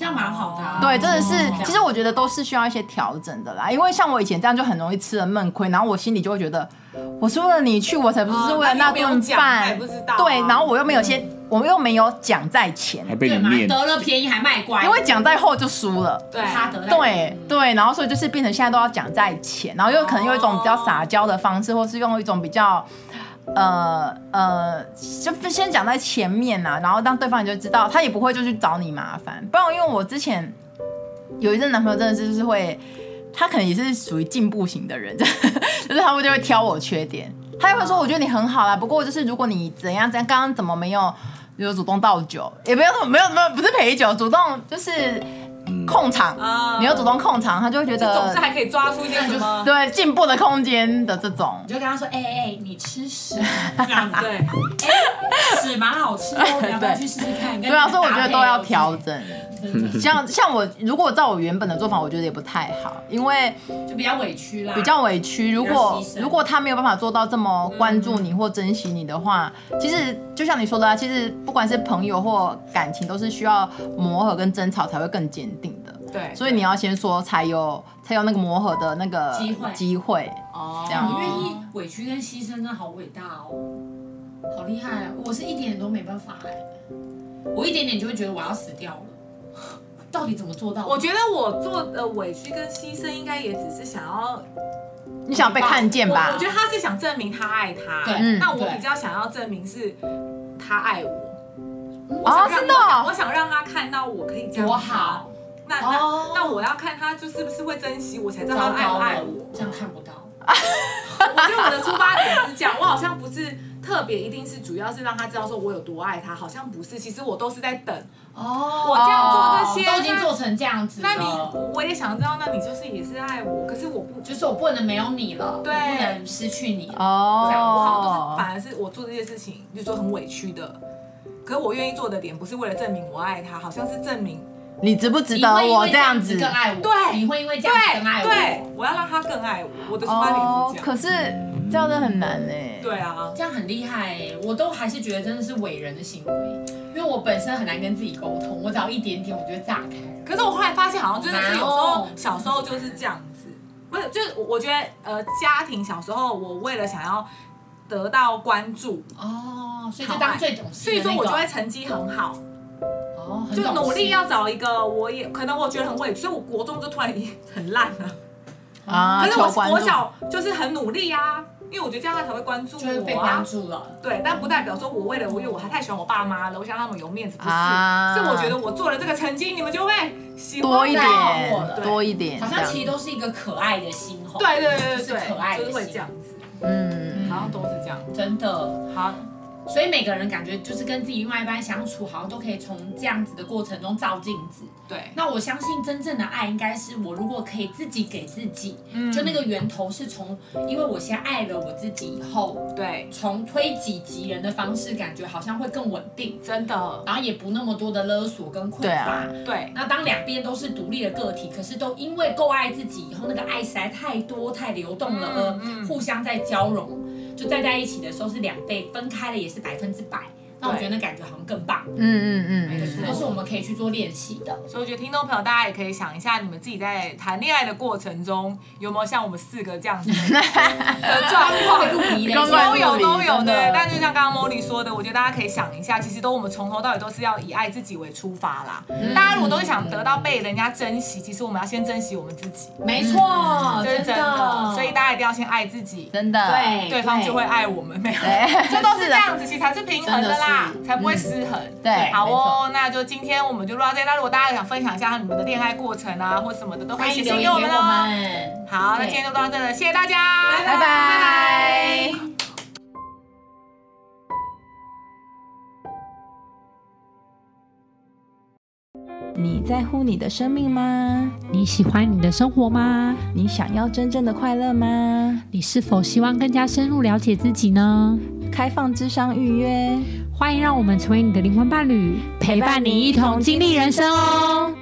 Speaker 6: 这样蛮好的啊。
Speaker 4: 对，真的是
Speaker 3: 哦
Speaker 6: 这，样
Speaker 4: 其实我觉得都是需要一些调整的啦。因为像我以前这样就很容易吃了闷亏，然后我心里就会觉得，我是为了你去，我才不是为了
Speaker 3: 哦那
Speaker 4: 那顿
Speaker 3: 你又没有讲他也
Speaker 4: 饭
Speaker 3: 不知道啊，
Speaker 4: 对，然后我又没有先，我又没有讲在前，
Speaker 5: 还被
Speaker 6: 对
Speaker 5: 你
Speaker 6: 嘛，
Speaker 5: 念，
Speaker 6: 得了便宜还卖乖，
Speaker 4: 因为讲在后就输了。
Speaker 3: 对，
Speaker 6: 他得了
Speaker 4: 对对，然后所以就是变成现在都要讲在前，然后又可能用一种比较撒娇的方式，或是用一种比较。呃呃，就先讲在前面呐、然后让对方就知道，他也不会就去找你麻烦。不然，因为我之前有一任男朋友真的是就是会，他可能也是属于进步型的人， 就是他们就会挑我缺点，他也会说我觉得你很好啦，不过就是如果你怎样怎样，刚刚怎么没有有主动倒酒，也没有没有没有不是陪酒，主动就是控场，
Speaker 3: 啊
Speaker 4: 你有主动控场，他就会觉
Speaker 3: 总是
Speaker 4: 得
Speaker 3: 还可以抓出一些什么？
Speaker 4: 对进步的空间的这种
Speaker 6: 你。就跟他说，哎哎哎，你吃 屎，这样子，哎
Speaker 3: 对，
Speaker 6: 屎蛮好吃 哦，你要不要去试试看？
Speaker 4: 对啊，所以我觉得都要调
Speaker 6: 整，
Speaker 4: 整。像像我，如果照我原本的做法，我觉得也不太好，因为
Speaker 6: 就比较委屈啦，
Speaker 4: 比较委屈。如
Speaker 6: 较
Speaker 4: 果
Speaker 6: 牺牲
Speaker 4: 如果他没有办法做到这么关注你或珍惜你的话，
Speaker 3: 嗯
Speaker 4: 其实就像你说的啊，其实不管是朋友或感情，都是需要磨合跟争吵才会更坚定的。
Speaker 3: 对
Speaker 4: 所以你要先说，才有才有那个磨合的那个
Speaker 6: 机会
Speaker 4: 机会。
Speaker 3: 哦
Speaker 4: 这样
Speaker 6: 我愿意委屈跟牺牲，真的好伟大哦，好厉害啊！我是一点都没办法哎，我一点点就会觉得我要死掉了，到底怎么做到的？
Speaker 3: 我觉得我做的委屈跟牺牲，应该也只是想要
Speaker 4: 你想被看见吧？
Speaker 3: 我我觉得他是想证明他爱他，
Speaker 6: 对
Speaker 4: 嗯
Speaker 3: 那我
Speaker 6: 对
Speaker 3: 比较想要证明是他爱我。我
Speaker 4: 哦
Speaker 3: 想，让
Speaker 4: 真的
Speaker 3: 我想
Speaker 4: 哦
Speaker 3: 我，想让他看到我可以这样
Speaker 6: 多。好，
Speaker 3: 那那、
Speaker 6: 哦
Speaker 3: 那我要看他就是不是会珍惜我，才知道他爱不
Speaker 6: 糟糕
Speaker 3: 爱
Speaker 6: 了
Speaker 3: 我。，
Speaker 6: 这样看不到。
Speaker 3: 我觉得我的出发点是这样，我好像不是特别一定是主要是让他知道说我有多爱他，好像不是，其实我都是在等。
Speaker 6: 哦，
Speaker 3: 我这样做这些
Speaker 6: 都已经做成这样子了，
Speaker 3: 哦那你我也想知道，那你就是也是爱我，可是我不
Speaker 6: 就是我不能没有你了，
Speaker 3: 对
Speaker 6: 我不能失去你了。
Speaker 3: 这样，我好像都
Speaker 4: 哦
Speaker 3: 是，反而是我做这些事情，就是说很委屈的。可是我愿意做的点不是为了证明我爱他，好像是证明
Speaker 4: 你值不值
Speaker 6: 你
Speaker 4: 得
Speaker 6: 会因
Speaker 4: 我
Speaker 6: 为
Speaker 4: 这样子？
Speaker 6: 更爱我，
Speaker 3: 对
Speaker 6: 你会因为这样子更爱
Speaker 3: 对
Speaker 6: 我，
Speaker 3: 对，我要让他更爱我，我的出发
Speaker 4: 哦
Speaker 3: 点，是这
Speaker 4: 可
Speaker 3: 样。
Speaker 4: 是这样真的很难哎。
Speaker 3: 对啊，
Speaker 6: 这样很厉害欸、我都还是觉得真的是伟人的行为，因为我本身很难跟自己沟通，我只要一点点我就会炸开了。
Speaker 3: 可是我后来发现，好像真的是有时
Speaker 6: 难
Speaker 3: 候
Speaker 6: 哦
Speaker 3: 小时候就是这样子，不是，就是我我觉得呃，家庭小时候我为了想要得到关注，
Speaker 6: 哦，所以就当最懂事
Speaker 3: 所
Speaker 6: 的
Speaker 3: 以
Speaker 6: 那个，
Speaker 3: 说我就会成绩很好，
Speaker 6: 哦，很
Speaker 3: 就
Speaker 6: 懂
Speaker 3: 努力
Speaker 6: 事
Speaker 3: 要找一个我也可能我觉得很委屈，所以我国中就突然已经很烂了。
Speaker 4: 啊，
Speaker 3: 可是
Speaker 4: 求
Speaker 3: 我
Speaker 4: 关
Speaker 3: 国
Speaker 4: 注
Speaker 3: 小就是很努力啊，因为我觉得这样他才会关注
Speaker 6: 就会被
Speaker 3: 我
Speaker 6: 关
Speaker 3: 啊。
Speaker 6: 注了。
Speaker 3: 对，但不代表说我为了我，因为我还太喜欢我爸妈了，我想让他们有面子，不是？
Speaker 4: 啊
Speaker 3: 是我觉得我做了这个成绩，你们就会喜欢
Speaker 4: 多一
Speaker 6: 在乎我
Speaker 4: 点，
Speaker 6: 的
Speaker 4: 多一点，
Speaker 6: 好
Speaker 4: 这
Speaker 6: 像
Speaker 4: 样
Speaker 6: 其实都是一个可爱的心吼，
Speaker 3: 对对对对
Speaker 6: 就是可
Speaker 3: 对，
Speaker 6: 爱
Speaker 3: 就
Speaker 6: 的
Speaker 3: 是
Speaker 6: 心，
Speaker 3: 会这样子，
Speaker 4: 嗯，
Speaker 3: 好像都是这样。
Speaker 6: 真的。
Speaker 3: 好，
Speaker 6: 所以每个人感觉就是跟自己另外一半相处，好像都可以从这样子的过程中照镜子。
Speaker 3: 对，
Speaker 6: 那我相信真正的爱应该是我如果可以自己给自己，
Speaker 3: 嗯
Speaker 6: 就那个源头是从，因为我先爱了我自己以后，
Speaker 3: 对，
Speaker 6: 从推己及人的方式，感觉好像会更稳定，
Speaker 3: 真的，
Speaker 6: 然后也不那么多的勒索跟匮
Speaker 4: 对
Speaker 6: 乏
Speaker 4: 啊。
Speaker 3: 对，
Speaker 6: 那当两边都是独立的个体，可是都因为够爱自己以后，那个爱实在太多太流动了，呃、互相在交融，就再在一起的时候是两倍，分开了也是百分之百。那我觉得那感觉好像更棒，
Speaker 4: 嗯嗯嗯
Speaker 3: 没
Speaker 4: 嗯，
Speaker 3: 错
Speaker 6: 都是我们可以去做练习的。
Speaker 3: 所以我觉得听众朋友，大家也可以想一下，你们自己在谈恋爱的过程中，有没有像我们四个这样子的的状况？
Speaker 6: 路迷的
Speaker 4: 刚刚
Speaker 3: 都有都有
Speaker 4: 真
Speaker 3: 对
Speaker 4: 的，
Speaker 3: 但就像刚刚 Molly 说的，我觉得大家可以想一下，其实都我们从头到尾都是要以爱自己为出发啦。大家如果都是想得到被人家珍惜，其实我们要先珍惜我们自己，
Speaker 6: 没
Speaker 3: 这
Speaker 6: 错，
Speaker 3: 是
Speaker 6: 哦嗯真
Speaker 3: 真
Speaker 6: 的
Speaker 3: 的。。所以大家一定要先爱自己，
Speaker 4: 真的，哎
Speaker 6: 对
Speaker 3: 对方就会爱我们，没有。
Speaker 4: 对，
Speaker 3: 这都是这样子，其实才是平衡的啦
Speaker 4: 真的，是
Speaker 3: 才不会失衡。
Speaker 6: 嗯
Speaker 4: 对
Speaker 3: 好哦，那就今天我们就录到这里。那如果大家想分享一下你们的恋爱过程啊，或什么的，都可以
Speaker 6: 欢
Speaker 3: 写
Speaker 6: 迎
Speaker 3: 信
Speaker 6: 留言
Speaker 3: 给
Speaker 6: 给
Speaker 3: 我
Speaker 6: 我
Speaker 3: 们哦。
Speaker 6: 们。
Speaker 3: 好，那
Speaker 6: 对
Speaker 3: 今天就到这了，谢谢大家，
Speaker 4: 拜拜。
Speaker 2: 你在乎你的生命吗？
Speaker 1: 你喜欢你的生活吗？
Speaker 2: 你想要真正的快乐吗？
Speaker 1: 你是否希望更加深入了解自己呢？
Speaker 2: 开放智商预约。
Speaker 1: 欢迎让我们成为你的灵魂伴侣，陪伴你一同经历人生哦。